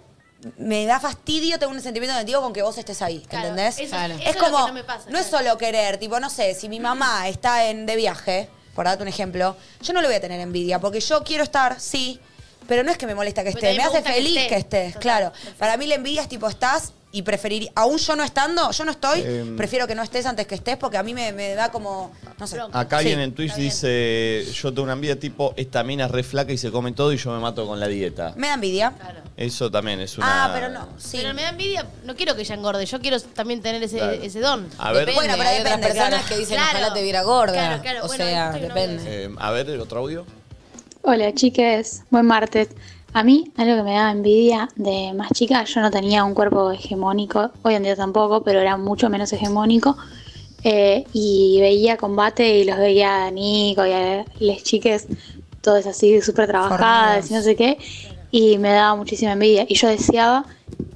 S2: me da fastidio, tengo un sentimiento negativo con que vos estés ahí,
S4: Claro,
S2: ¿entendés?
S4: eso- Claro. eso
S2: Es
S4: es lo
S2: como,
S4: que no me pasa,
S2: es
S4: claro.
S2: solo querer, tipo, no sé, si mi
S4: [CLEARS THROAT]
S2: mamá está en de viaje, por darte un ejemplo, yo no le voy a tener envidia, porque yo quiero estar, sí, pero no es que me molesta que
S4: Pero
S2: esté, me,
S4: también me
S2: hace
S4: gusta que
S2: feliz que,
S4: esté.
S2: estés,
S4: Total,
S2: claro.
S4: perfecto.
S2: Para mí la envidia es tipo, estás y preferir, aún yo no estando, yo no estoy,
S1: Em.
S2: prefiero que no estés antes que estés, porque a mí me, me da como, no sé.
S4: Bronca.
S1: Acá
S2: Sí,
S1: alguien en Twitch
S2: está bien.
S1: dice, yo tengo una envidia tipo, esta mina es re flaca y se come todo y yo me mato con la dieta.
S2: Me da envidia.
S4: Claro.
S1: Eso también es una...
S2: Ah, pero no, sí.
S4: Pero me da envidia, no quiero que ella engorde, yo quiero también tener ese,
S1: Claro.
S4: ese don.
S2: Ah,
S1: A ver,
S5: Depende,
S2: Bueno, pero
S5: hay otras
S2: depende,
S5: personas
S2: claro.
S5: que dicen,
S4: Claro.
S5: ojalá te viera gorda.
S4: Claro, claro,
S5: O
S4: bueno,
S5: sea,
S4: esto es una
S5: depende.
S4: boludez.
S1: eh, a ver el otro audio.
S11: Hola chiques, buen martes. A mí algo que me daba envidia de más chica, yo no tenía un cuerpo hegemónico, hoy en día tampoco, pero era mucho menos hegemónico. eh, y veía combate y los veía a Nico y a las chiques, todas así súper trabajadas y no sé qué. Y me daba muchísima envidia. Y yo deseaba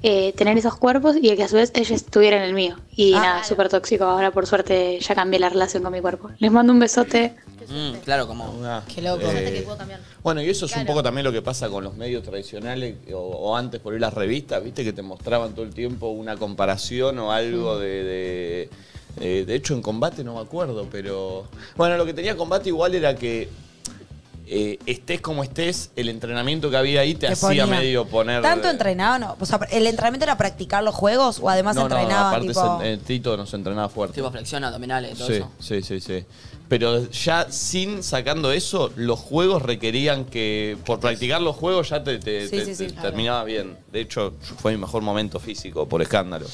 S11: eh, tener esos cuerpos y que a su vez ellas estuvieran en el mío. Y nada, súper tóxico. Ahora por suerte ya cambié la relación con mi cuerpo. Les mando un besote.
S3: Mm, claro, como.
S1: Ah,
S5: Qué loco.
S1: eh,
S4: que puedo cambiar.
S1: bueno, y eso es un
S4: Claro.
S1: poco también lo que pasa con los medios tradicionales o, o antes por ahí las revistas, viste que te mostraban todo el tiempo una comparación o algo
S2: Mm.
S1: de... de eh, de hecho, en combate no me acuerdo, pero... Bueno, lo que tenía combate igual era que eh, estés como estés, el entrenamiento que había ahí te,
S2: Te
S1: hacía
S2: ponía.
S1: medio poner... eh,
S2: ¿Tanto entrenaban? O sea, ¿el entrenamiento era practicar los juegos o además entrenaban?
S1: aparte
S2: tipo...
S1: se- eh, Tito nos entrenaba fuerte.
S3: Tipo flexión, abdominales, todo
S1: Sí,
S3: eso.
S1: sí, sí, sí. Pero ya sin sacando eso, los juegos requerían que por practicar los juegos ya te, te-
S2: Sí,
S1: te-
S2: sí, sí.
S1: te terminaba bien. De hecho, fue mi mejor momento físico por escándalo.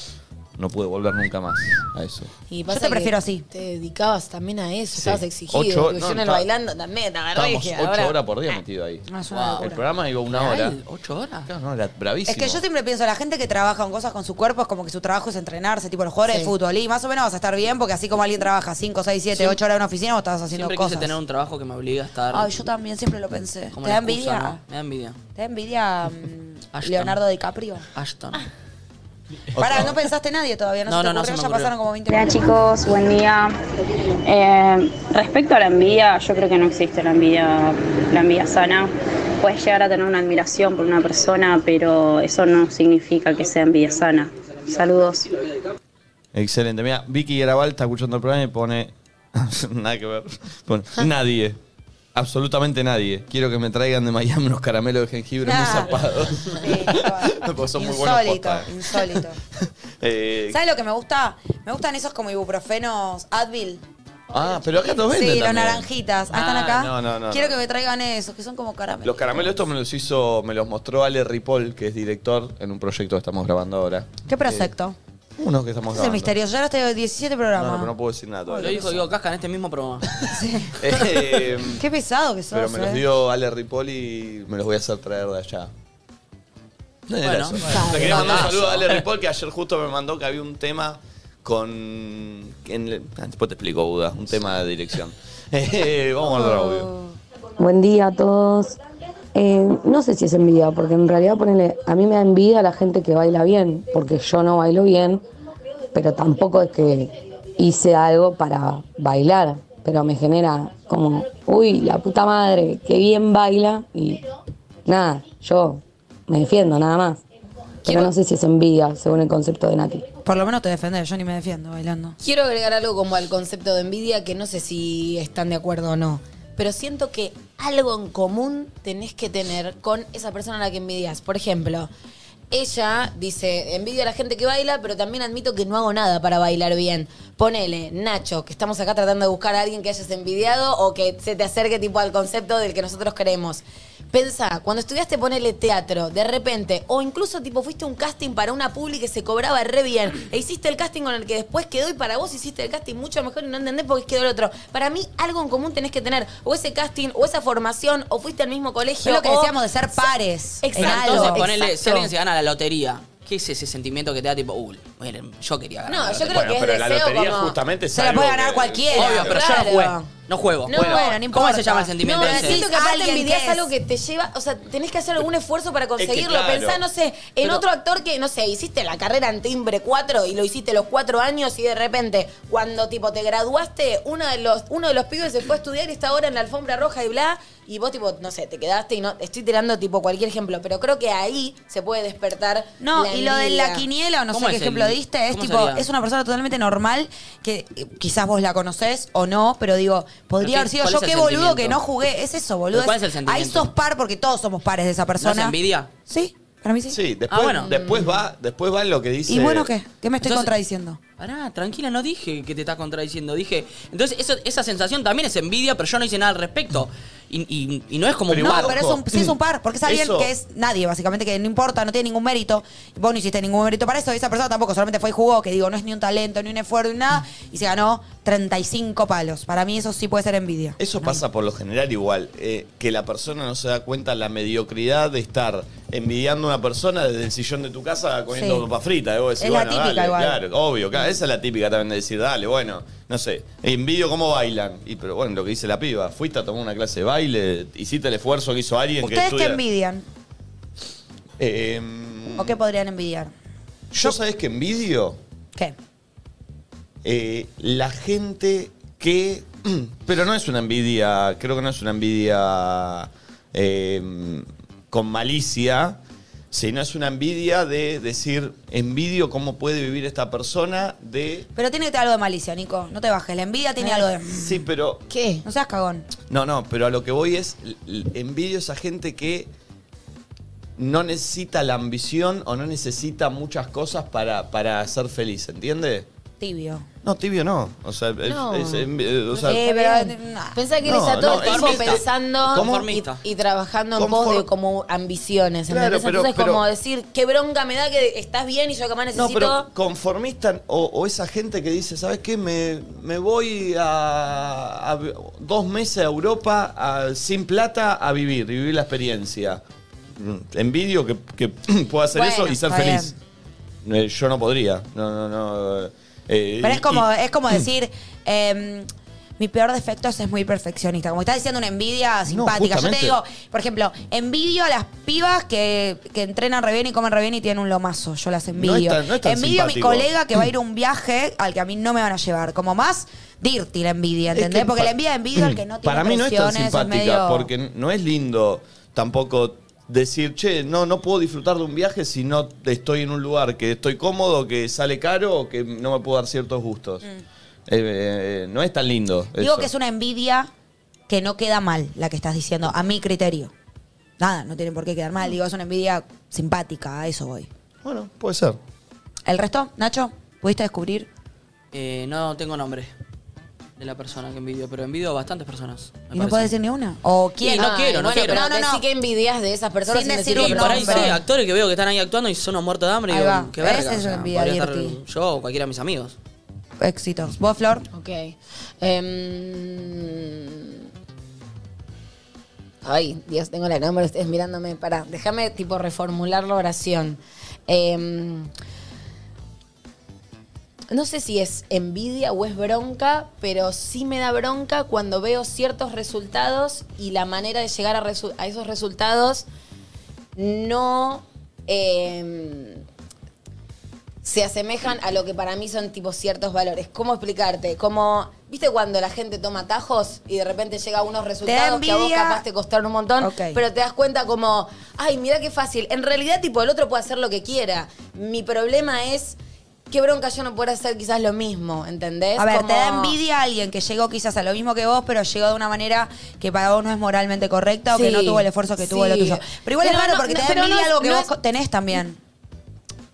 S1: No pude volver nunca más a eso.
S5: Y
S2: Yo
S5: pasa
S2: te
S5: que
S2: prefiero así.
S5: Te dedicabas también a eso, estabas exigido.
S1: Ocho-
S5: porque
S1: no,
S5: yo en el
S1: estaba-
S5: bailando también estaba
S1: Estábamos
S5: regia,
S1: ocho
S5: ahora-
S1: horas por
S2: eh,
S1: día metido ahí.
S2: No, es una
S1: El
S2: locura.
S1: programa iba una hora.
S3: Real, ¿Ocho horas?
S1: Claro, no, era bravísimo.
S2: Es que yo siempre pienso, la gente que trabaja con cosas con su cuerpo es como que su trabajo es entrenarse, tipo los jugadores de fútbol. Y más o menos vas a estar bien, porque así como alguien trabaja 5, 6, 7, 8 horas en una oficina, vos estás haciendo
S3: Siempre quise
S2: cosas.
S3: tener un trabajo que me obliga a estar.
S2: Ay, yo también siempre lo pensé.
S3: como
S2: ¿Te da
S3: la excusa,
S2: envidia?
S3: ¿no? Me da envidia.
S2: ¿Te da
S3: [LAUGHS]
S2: envidia mm,
S3: Ashton.
S2: Leonardo DiCaprio?
S3: Ashton.
S1: Ah.
S2: Pará, no pensaste nadie todavía, no,
S3: No,
S2: se te
S3: no, no,
S2: ocurrió,
S3: se me
S2: ya
S3: ocurrió.
S2: pasaron como 20
S12: Hola
S2: minutos.
S12: chicos, buen día. Eh, respecto a la envidia, yo creo que no existe la envidia, la envidia sana. Puedes llegar a tener una admiración por una persona, pero eso no significa que sea envidia sana. Saludos.
S1: Excelente. Mira, Vicky Graval está escuchando el programa y pone. [LAUGHS] Nada que ver.
S2: [LAUGHS]
S1: Pone, nadie. Absolutamente nadie. Quiero que me traigan de Miami unos caramelos de jengibre en mis
S2: Nah.
S1: zapatos.
S2: [LAUGHS] Sí, igual.
S1: Porque son muy buenos
S2: insólito,
S1: posta, eh.
S2: insólito.
S1: Eh,
S2: ¿Sabes lo que me gusta? Me gustan esos como ibuprofenos Advil.
S1: ah, pero acá nos venden.
S2: Sí, los
S1: también.
S2: naranjitas. Ah, ¿Están
S1: Ah,
S2: acá?
S1: no, no, no,
S2: Quiero
S1: no.
S2: que me traigan esos, que son como caramelos.
S1: Los caramelos estos me los hizo, me los mostró Ale Ripoll, que es director en un proyecto que estamos grabando ahora.
S2: ¿Qué proyecto?
S1: Unos que estamos
S2: Ese es el
S1: grabando.
S2: misterioso. Yo ahora estoy en 17
S1: No, no,
S2: programas.
S1: pero no puedo decir nada
S3: Lo
S1: todavía.
S3: dijo Diego Casca en este mismo programa.
S1: [LAUGHS] Eh,
S2: Qué pesado que sos.
S1: pero me los
S2: eh.
S1: dio Ale Ripoll y me los voy a hacer traer de allá. No era
S3: Bueno,
S1: eso.
S3: bueno.
S1: Le quería mandar un
S3: Temazo.
S1: saludo a Ale Ripoll que ayer justo me mandó que había un tema con. en el- ah, después te explico, Buda. Un tema de dirección. [LAUGHS] Eh, vamos al audio.
S13: Buen día a todos. Eh, no sé si es envidia, porque en realidad ponele, a mí me da envidia la gente que baila bien, porque yo no bailo bien, pero tampoco es que hice algo para bailar, pero me genera como, uy, la puta madre, qué bien baila y nada, yo me defiendo nada más. Pero no sé si es envidia, según el concepto de Nati.
S2: Por lo menos te defendés, yo ni me defiendo bailando.
S5: Quiero agregar algo como al concepto de envidia que no sé si están de acuerdo o no, pero siento que algo en común tenés que tener con esa persona a la que envidias. Por ejemplo, ella dice, envidio a la gente que baila, pero también admito que no hago nada para bailar bien. Ponele, Nacho, que estamos acá tratando de buscar a alguien que hayas envidiado o que se te acerque tipo al concepto del que nosotros queremos. Pensá, cuando estudiaste ponele teatro, de repente, o incluso tipo fuiste a un casting para una publi que se cobraba re bien, e hiciste el casting con el que después quedó y para vos hiciste el casting mucho mejor y no entendés por qué quedó el otro. Para mí, algo en común tenés que tener, o ese casting, o esa formación, o fuiste al mismo colegio.
S2: Es lo que
S5: o-
S2: decíamos de ser pares.
S5: Exacto.
S3: Entonces,
S5: exacto.
S3: ponele, si alguien se gana la lotería, ¿qué es ese sentimiento que te da tipo, uy, miren, yo quería ganar?
S5: No,
S3: la
S5: yo
S3: lotería"?
S5: creo que es
S8: pero la
S5: deseo
S8: lotería
S5: como-
S8: justamente es
S2: Se la
S8: algo
S2: puede ganar
S8: que-
S2: cualquiera.
S3: Obvio, pero yo no
S5: Claro.
S3: juego. No juego.
S5: No, bueno,
S2: no
S3: ¿Cómo
S2: importa.
S3: se llama el sentimiento
S5: No,
S3: ese?
S5: siento que aparte
S2: Alguien que
S5: envidias
S2: es-
S5: algo que te lleva, o sea, tenés que hacer algún esfuerzo para conseguirlo.
S8: claro.
S5: Pensá, no sé, en
S3: Pero-
S5: otro actor que, no sé, hiciste la carrera en timbre 4 y lo hiciste los 4 años y de repente, cuando tipo te graduaste, uno de los, uno de los pibes se fue a estudiar y está ahora en la alfombra roja y bla, y vos tipo, no sé, te quedaste y no, estoy tirando tipo cualquier ejemplo, pero creo que ahí se puede despertar.
S2: No,
S5: la
S2: y lo de la
S5: envidia.
S2: quiniela o no sé
S3: ¿Cómo
S2: qué
S3: es
S2: ejemplo
S3: el-
S2: diste, es
S3: cómo
S2: tipo,
S3: sería?
S2: es una persona totalmente normal que eh, quizás vos la conocés o no, pero digo, podría
S3: ¿Pero
S2: haber
S3: qué-
S2: sido
S3: cuál
S2: yo
S3: es el
S2: qué boludo
S3: sentimiento?
S2: que no jugué. Es eso, boludo.
S3: ¿Pero cuál es el sentimiento?
S2: Ahí sos par porque todos somos pares de esa persona.
S3: envidia?
S2: Sí, para mí sí.
S1: Sí, después,
S3: Ah, bueno.
S1: después, va, después va lo que dice.
S2: ¿Y bueno qué? ¿Qué me estoy
S3: Entonces-
S2: contradiciendo?
S3: Pará, tranquila, no dije que te estás contradiciendo. Dije. Entonces, eso- esa sensación también es envidia, pero yo no hice nada al respecto. Y, y- y no es como
S1: Pero
S3: un
S1: igual,
S3: par.
S2: Pero es
S1: Ojo.
S2: un, sí es un par, porque es alguien
S1: Eso-
S2: que es nadie, básicamente, que no importa, no tiene ningún mérito. Vos no hiciste ningún mérito para eso, y esa persona tampoco, solamente fue y jugó, que digo, no es ni un talento, ni un esfuerzo, ni nada, y se ganó 35 palos. Para mí eso sí puede ser envidia.
S1: Eso pasa por lo general igual, eh, que la persona no se da cuenta la mediocridad de estar envidiando a una persona desde el sillón de tu casa comiendo
S2: Sí.
S1: papa frita. Y vos decís,
S2: Es la
S1: bueno,
S2: típica
S1: dale,
S2: igual.
S1: claro, obvio, claro, esa es la típica también de decir, dale, bueno, no sé, envidio cómo bailan. Y pero bueno, lo que dice la piba, fuiste a tomar una clase de baile, hiciste el esfuerzo que hizo alguien que
S2: ¿Ustedes qué
S1: estudia-
S2: envidian?
S1: Eh, em,
S2: ¿O qué podrían envidiar?
S1: Yo sabés que envidio
S2: ¿Qué?
S1: eh, la gente que. [CLEARS THROAT] Pero no es una envidia, creo que no es una envidia eh, con malicia, sino es una envidia de decir, envidio cómo puede vivir esta persona de.
S2: Pero tiene que tener algo de malicia, Nico. No te bajes. La envidia tiene algo de.
S1: Sí, pero.
S4: ¿Qué?
S2: No seas cagón.
S1: No, no, pero a lo que voy es, l- l- envidio a esa gente que no necesita la ambición o no necesita muchas cosas para, para ser feliz, ¿entiendes?
S2: Tibio.
S1: No, tibio no. O sea, es-
S4: No.
S1: es envi- eh, o sea,
S2: Eh, pero- nah.
S5: Pensá que
S1: No,
S5: eres a todo
S1: no,
S5: el tiempo
S3: conformista.
S5: pensando y,
S3: Conformista.
S5: y trabajando en pos
S1: Conform-
S5: de como ambiciones,
S1: Claro,
S5: ¿entendés?
S1: pero-
S5: Entonces
S1: pero-
S5: como decir, qué bronca me da que estás bien y yo que más necesito...
S1: No, pero conformista o, o esa gente que dice, ¿sabes qué? Me, me voy a, a vi- dos meses a Europa a- sin plata a vivir y vivir la experiencia. Mm, Envidio que, que [CLEARS THROAT] pueda hacer
S2: Bueno,
S1: eso y ser
S2: está
S1: feliz. Eh, yo no podría. No, no, no. eh,
S2: Pero
S1: y-
S2: es como,
S1: y-
S2: es como decir. em, mi peor defecto es ser muy perfeccionista. Como estás diciendo, una envidia simpática. Yo te
S1: justamente.
S2: digo, por ejemplo, envidio a las pibas que, que entrenan re bien y comen re bien y tienen un lomazo. Yo las envidio.
S1: No es tan- no es tan
S2: envidio
S1: simpático. Mm.
S2: a mi colega que va a ir a un viaje al que a mí no me van a llevar. Como más dirty la envidia,
S1: Es que
S2: ¿entendés? Porque
S1: pa-
S2: la envidia envidia al que no tiene
S1: Para mí no es tan
S2: presiones,
S1: simpática,
S2: medio-
S1: porque no es lindo tampoco decir, che, no, no puedo disfrutar de un viaje si no estoy en un lugar que estoy cómodo, que sale caro o que no me puedo dar ciertos gustos. Eh, eh, no es tan lindo.
S2: Mm. Digo
S1: eso.
S2: que es una envidia que no queda mal, la que estás diciendo, a mi criterio. Nada, no tiene por qué quedar mal. Digo, es una envidia simpática, a eso voy.
S1: Bueno, puede ser.
S2: ¿El resto, Nacho? ¿Pudiste descubrir?
S3: Eh, no tengo nombre de la persona que envidio, pero envidio a bastantes personas. me
S2: ¿Y no
S3: parece.
S2: puedes decir ni una? ¿O quién?
S3: Y no
S5: Ay,
S3: quiero, no
S5: bueno,
S3: quiero.
S5: Pero
S2: No, no,
S5: decí
S2: no.
S5: que envidias de esas personas
S2: Sin
S5: sin,
S2: decir
S5: decir,
S2: un
S3: Sí, por ahí sí,
S2: nombre.
S3: actores que veo que están ahí actuando y son un muerto de hambre.
S2: Ahí va.
S3: Qué
S2: Esa
S3: verga.
S2: es
S3: o sea,
S2: envidia,
S3: podría estar
S2: Dirty.
S3: yo o cualquiera de mis amigos.
S2: Éxitos. ¿Vos, Flor?
S5: Ok. Em, Ay, Dios, tengo la nombre, ustedes mirándome. Pará, déjame tipo reformular la oración. Em, no sé si es envidia o es bronca, pero sí me da bronca cuando veo ciertos resultados y la manera de llegar a, resu- a esos resultados no em, se asemejan a lo que para mí son tipo ciertos valores. ¿Cómo explicarte? Como, ¿viste cuando la gente toma tajos y de repente llega a unos resultados que a vos
S2: envidia?
S5: capaz te costaron un montón,
S2: Ok.
S5: pero te das cuenta como, ay, mira qué fácil. En realidad, tipo, el otro puede hacer lo que quiera. Mi problema es qué bronca yo no poder hacer quizás lo mismo, ¿entendés?
S2: A ver, te
S5: Como-
S2: da envidia a alguien que llegó quizás a lo mismo que vos, pero llegó de una manera que para vos no es moralmente correcta o que
S5: Sí,
S2: no tuvo el esfuerzo que tuvo
S5: sí.
S2: el tuyo. Pero igual
S5: Pero
S2: es raro
S5: no,
S2: porque
S5: no,
S2: te da
S5: pero no
S2: envidia
S5: es-
S2: algo que
S5: no
S2: vos
S5: es-
S2: co- tenés también.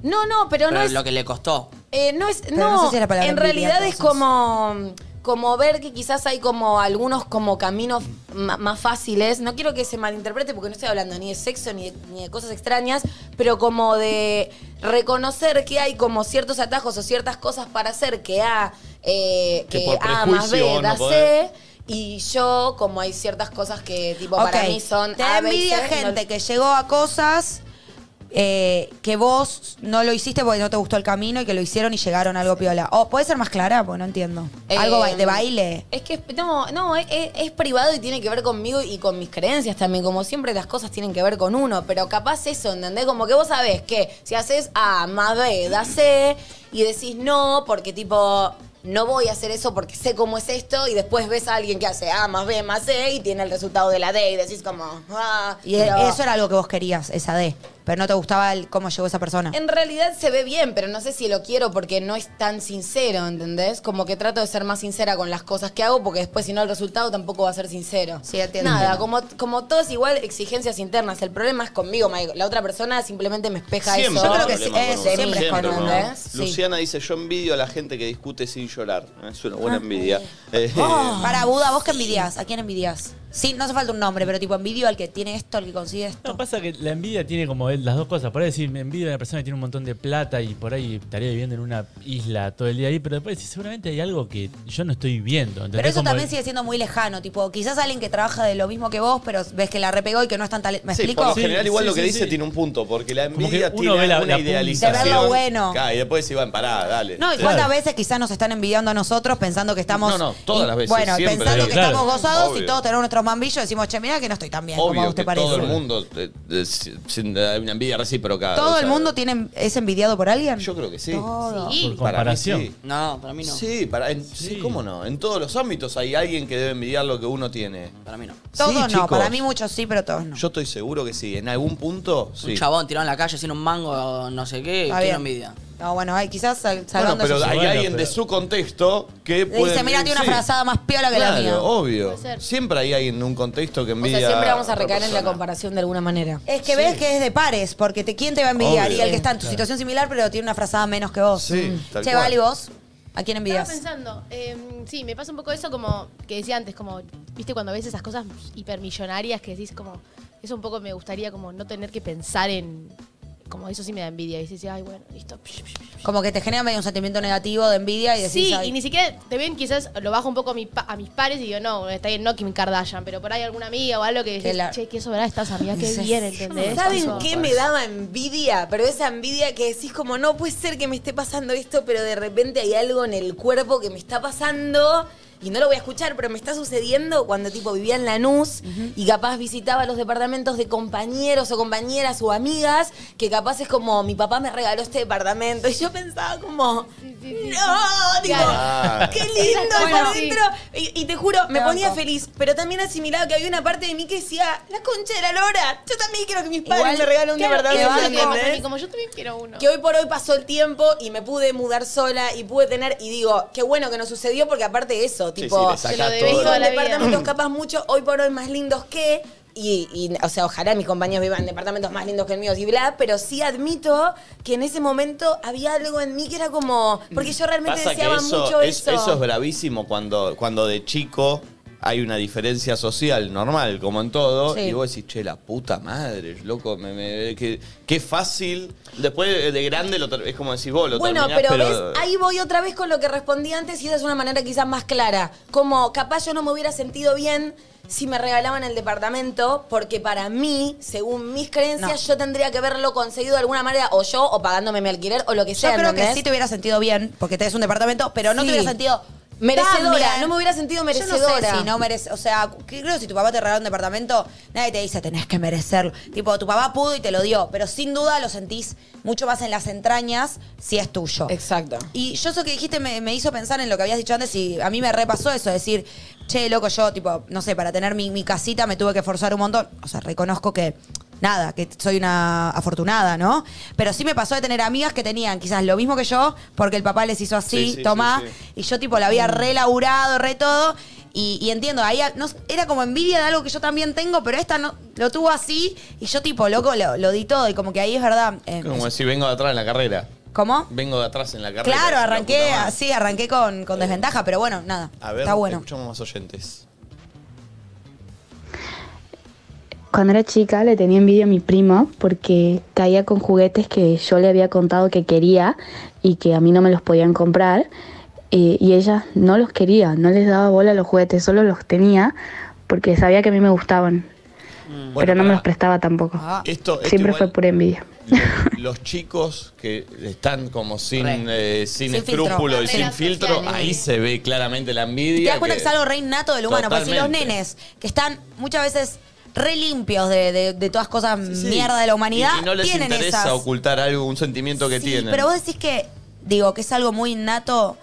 S5: No, no, pero,
S3: Pero
S5: no es...
S3: lo que le costó.
S5: Eh, no es.
S2: no
S5: no,
S2: sé si es la palabra
S5: en
S2: envidia,
S5: realidad
S2: entonces.
S5: es como. como ver que quizás hay como algunos como caminos ma- más fáciles. No quiero que se malinterprete porque no estoy hablando ni de sexo ni de, ni de cosas extrañas, pero como de reconocer que hay como ciertos atajos o ciertas cosas para hacer que A, eh, que,
S8: Que por
S5: A más B
S8: prejuicio
S5: da
S8: no podés.
S5: C. Y yo, como hay ciertas cosas que tipo para
S2: Ok.
S5: mí son
S2: Te
S5: A,
S2: da
S5: B y
S2: envidia
S5: C, no-
S2: gente que llegó a cosas eh, que vos no lo hiciste porque no te gustó el camino y que lo hicieron y llegaron a algo piola. O puede ser más clara, porque no entiendo. algo ba-
S5: Eh,
S2: de baile.
S5: Es que no, no, es, es- es privado y tiene que ver conmigo y con mis creencias también. Como siempre las cosas tienen que ver con uno, pero capaz eso, ¿entendés? Como que vos sabés que si haces A más B da C y decís no, porque tipo, no voy a hacer eso porque sé cómo es esto, y después ves a alguien que hace A más B más C y tiene el resultado de la D y decís como, ah,
S2: Y e-
S5: pero-
S2: eso era algo que vos querías, esa D. Pero no te gustaba el- cómo llegó esa persona.
S5: En realidad se ve bien, pero no sé si lo quiero porque no es tan sincero, ¿entendés? Como que trato de ser más sincera con las cosas que hago porque después si no el resultado tampoco va a ser sincero. Sí, entiendo. Nada, como, como todo es igual, exigencias internas. El problema es conmigo, Maigo. La otra persona simplemente me espeja
S8: Siempre.
S5: eso.
S8: hay problema con uno,
S5: eh, siempre es con
S8: siempre,
S5: uno,
S8: ¿no?
S5: ¿entendés? Sí.
S8: Luciana dice, yo envidio a la gente que discute sin llorar. Es una buena
S2: Ah.
S8: envidia. Eh,
S2: Para Buda, ¿vos qué envidias? ¿A quién envidias? Sí, no hace falta un nombre, pero tipo envidio al que tiene esto, al que consigue esto.
S8: pues,
S6: No, pasa que la envidia tiene como las dos cosas. Por ahí decir, me envidia a una persona que tiene un montón de plata y por ahí estaría viviendo en una isla todo el día ahí, pero después decís, seguramente hay algo que yo no estoy viendo. ¿entendés?
S2: Pero eso
S6: Como
S2: también
S6: el-
S2: sigue siendo muy lejano, tipo, quizás alguien que trabaja de lo mismo que vos, pero ves que la repegó y que no es tan talentoso. ¿Me
S8: sí,
S2: explico?
S8: por lo general igual
S6: Sí,
S8: lo que
S6: sí,
S8: dice
S6: sí.
S8: tiene un punto, porque la
S6: que
S8: envidia
S6: uno
S8: tiene
S6: ve la-
S8: alguna
S6: la punta.
S8: idealización.
S2: De ver lo bueno.
S8: Claro, y después se van, pará, dale.
S2: No, y
S8: Sí.
S2: cuántas veces quizás nos están envidiando a nosotros pensando que estamos.
S8: No, no, todas
S2: y-
S8: las veces,
S2: Bueno,
S8: siempre.
S2: pensando
S8: Sí,
S2: que
S8: claro.
S2: estamos gozados y
S8: Obvio.
S2: todos tenemos nuestros mambillos, decimos, che, mirá que no estoy tan bien como a
S8: Obvio
S2: usted
S8: que
S2: parece.
S8: todo el mundo eh, eh, si- sin- hay una envidia recíproca.
S2: ¿Todo
S8: o sea,
S2: el mundo tiene, es envidiado por alguien?
S8: Yo creo que sí.
S2: Todo.
S4: Sí.
S6: Por comparación.
S8: Para mí sí.
S3: No, para mí no.
S8: Sí, para, en- sí, ¿cómo no? En todos los ámbitos hay alguien que debe envidiar lo que uno tiene.
S3: Para mí no.
S2: Todos
S8: Sí,
S2: no,
S8: chicos.
S2: para mí muchos sí, pero todos no.
S8: Yo estoy seguro que sí. En algún punto, sí.
S3: Un chabón tirado en la calle sin un mango, no sé qué,
S2: Está
S3: tiene
S2: bien.
S3: envidia.
S2: No, bueno, ay, quizás sal-
S8: Bueno,
S2: salvando
S8: pero
S2: eso.
S8: hay
S6: Bueno,
S8: alguien de
S6: pero-
S8: su contexto que
S2: Le
S8: puede.
S2: dice, mira, tiene una
S8: sí.
S2: frazada más piola que la
S8: Claro,
S2: mía.
S8: obvio.
S4: Puede ser.
S8: Siempre hay alguien en un contexto que
S5: O
S8: envidia.
S5: sea, siempre vamos a
S8: otra
S5: recaer en la
S8: persona.
S5: comparación de alguna manera.
S2: Es que ves que es de pares, porque te, ¿quién te va a envidiar?
S8: Obvio.
S2: Y el que está en tu situación similar, pero tiene una frazada menos que vos.
S8: Sí,
S2: Mm.
S8: tal
S2: Che,
S8: cual.
S2: Vali, vos, ¿a quién
S4: Estaba
S2: envidias?
S4: pensando, eh, sí, me pasa un poco eso como que decía antes, como, viste, cuando ves esas cosas hipermillonarias que decís como, eso un poco me gustaría como no tener que pensar en, como eso sí me da envidia, y decís, ay, bueno, listo. psh, psh, psh, psh.
S2: Como que te genera medio un sentimiento negativo de envidia y decís,
S4: Sí,
S2: ay,
S4: y ni siquiera te ven, quizás lo bajo un poco a, mi pa- a mis pares y digo, no, está bien, no Kim Kardashian, pero por ahí alguna amiga o algo que decís,
S2: Que la-
S4: che, qué sobrada estás, amiga, qué
S2: Dices,
S4: bien, ¿entendés?
S5: ¿Saben
S4: Tipo,
S5: qué me daba envidia? Pero esa envidia que decís como, no puede ser que me esté pasando esto, pero de repente hay algo en el cuerpo que me está pasando y no lo voy a escuchar, pero me está sucediendo cuando tipo vivía en Lanús y capaz visitaba los departamentos de compañeros o compañeras o amigas, que capaz es como, mi papá me regaló este departamento y yo pensaba como, no, tipo,
S8: Claro.
S5: [LAUGHS] qué lindo
S4: Bueno,
S5: por
S4: sí.
S5: dentro. Y, y te juro, me
S2: Te
S5: ponía
S2: banco.
S5: feliz, pero también asimilaba que había una parte de mí que decía, la concha de la lora, yo también quiero que mis padres
S2: Igual,
S5: me regalen un
S4: claro,
S5: departamento,
S4: eso es lo que me
S2: ¿eh?
S4: pasa a mí,
S5: ¿entendés?
S4: como yo también quiero uno.
S5: Que hoy por hoy pasó el tiempo y me pude mudar sola y pude tener, y digo, qué bueno que no sucedió porque aparte de eso,
S8: Sí,
S5: tipo,
S8: sí, le
S4: Se
S8: saca
S4: lo debes
S8: todo.
S5: vivo
S4: toda
S5: en
S4: la [LAUGHS]
S5: departamentos
S8: [LAUGHS]
S4: vida.
S5: capaz mucho hoy por hoy más lindos que... Y, y, o sea, ojalá mis compañeros vivan en departamentos más lindos que el mío y bla, pero sí admito que en ese momento había algo en mí que era como, porque yo realmente
S8: Pasa que
S5: deseaba
S8: eso
S5: mucho
S8: es,
S5: eso.
S8: eso es bravísimo cuando, cuando de chico hay una diferencia social normal, como en todo,
S2: Sí.
S8: y vos decís, che, la puta madre, loco, me, me- qué, qué fácil. Después de, de grande lo ter- es como decís vos, lo
S5: Bueno,
S8: terminás,
S5: pero,
S8: pero...
S5: ves, ahí voy otra vez con lo que respondí antes y esa es una manera quizás más clara. Como capaz yo no me hubiera sentido bien si me regalaban el departamento, porque para mí, según mis creencias, yo tendría que haberlo conseguido de alguna manera, o yo, o pagándome mi alquiler, o lo que
S2: yo
S5: sea.
S2: creo que
S5: ¿entendés?
S2: sí te hubiera sentido bien, porque tenés un departamento, pero no
S5: Sí.
S2: te hubiera sentido
S5: Merecedora,
S2: tan bien.
S5: no me hubiera
S2: Yo
S5: sentido
S2: no
S5: merecedora.
S2: sé si no merece, o sea, que- creo que si tu papá te regaló un departamento, nadie te dice tenés que merecerlo. Tipo, tu papá pudo y te lo dio, pero sin duda lo sentís mucho más en las entrañas si es tuyo.
S5: Exacto.
S2: Y yo eso que dijiste me, me hizo pensar en lo que habías dicho antes y a mí me repasó eso, decir, che, loco, yo, tipo, no sé, para tener mi, mi casita me tuve que forzar un montón. O sea, reconozco que, nada, que soy una afortunada, ¿no? Pero sí me pasó de tener amigas que tenían quizás lo mismo que yo, porque el papá les hizo así,
S8: Sí, sí,
S2: tomá,
S8: sí, sí.
S2: y yo, tipo, la había re laburado, re todo. Y, y entiendo, ahí a- no s- era como envidia de algo que yo también tengo, pero esta no lo tuvo así y yo tipo, loco, lo, lo di todo y como que ahí es verdad. eh,
S8: Como
S2: es-
S8: si vengo de atrás en la carrera.
S2: ¿Cómo?
S8: Vengo de atrás en la carrera.
S2: Claro, arranqué, ah,
S8: La puta madre.
S2: sí, arranqué con, con desventaja, pero bueno, nada.
S8: A ver,
S2: está bueno.
S8: escuchamos más oyentes.
S14: Cuando era chica le tenía envidia a mi primo porque caía con juguetes que yo le había contado que quería y que a mí no me los podían comprar eh, y ella no los quería, no les daba bola a los juguetes, solo los tenía porque sabía que a mí me gustaban, pero
S8: Bueno,
S14: no me
S8: pará.
S14: los prestaba tampoco.
S8: Esto- esto
S14: Siempre
S8: igual-
S14: fue pura envidia.
S8: Los chicos que están como sin, eh, sin,
S2: Sin filtro.
S8: escrúpulo y sin
S2: Redes
S8: filtro,
S2: sociales.
S8: ahí se ve claramente la
S2: Y
S8: envidia.
S2: te das cuenta que, es algo re innato del humano, porque si los
S8: Totalmente.
S2: nenes que están muchas veces re limpios de, de- de todas cosas mierda de la humanidad,
S8: Y, y no les
S2: tienen
S8: interesa
S2: esas.
S8: ocultar algo, un sentimiento que
S2: Sí,
S8: tienen.
S2: pero vos decís que, digo, que es algo muy innato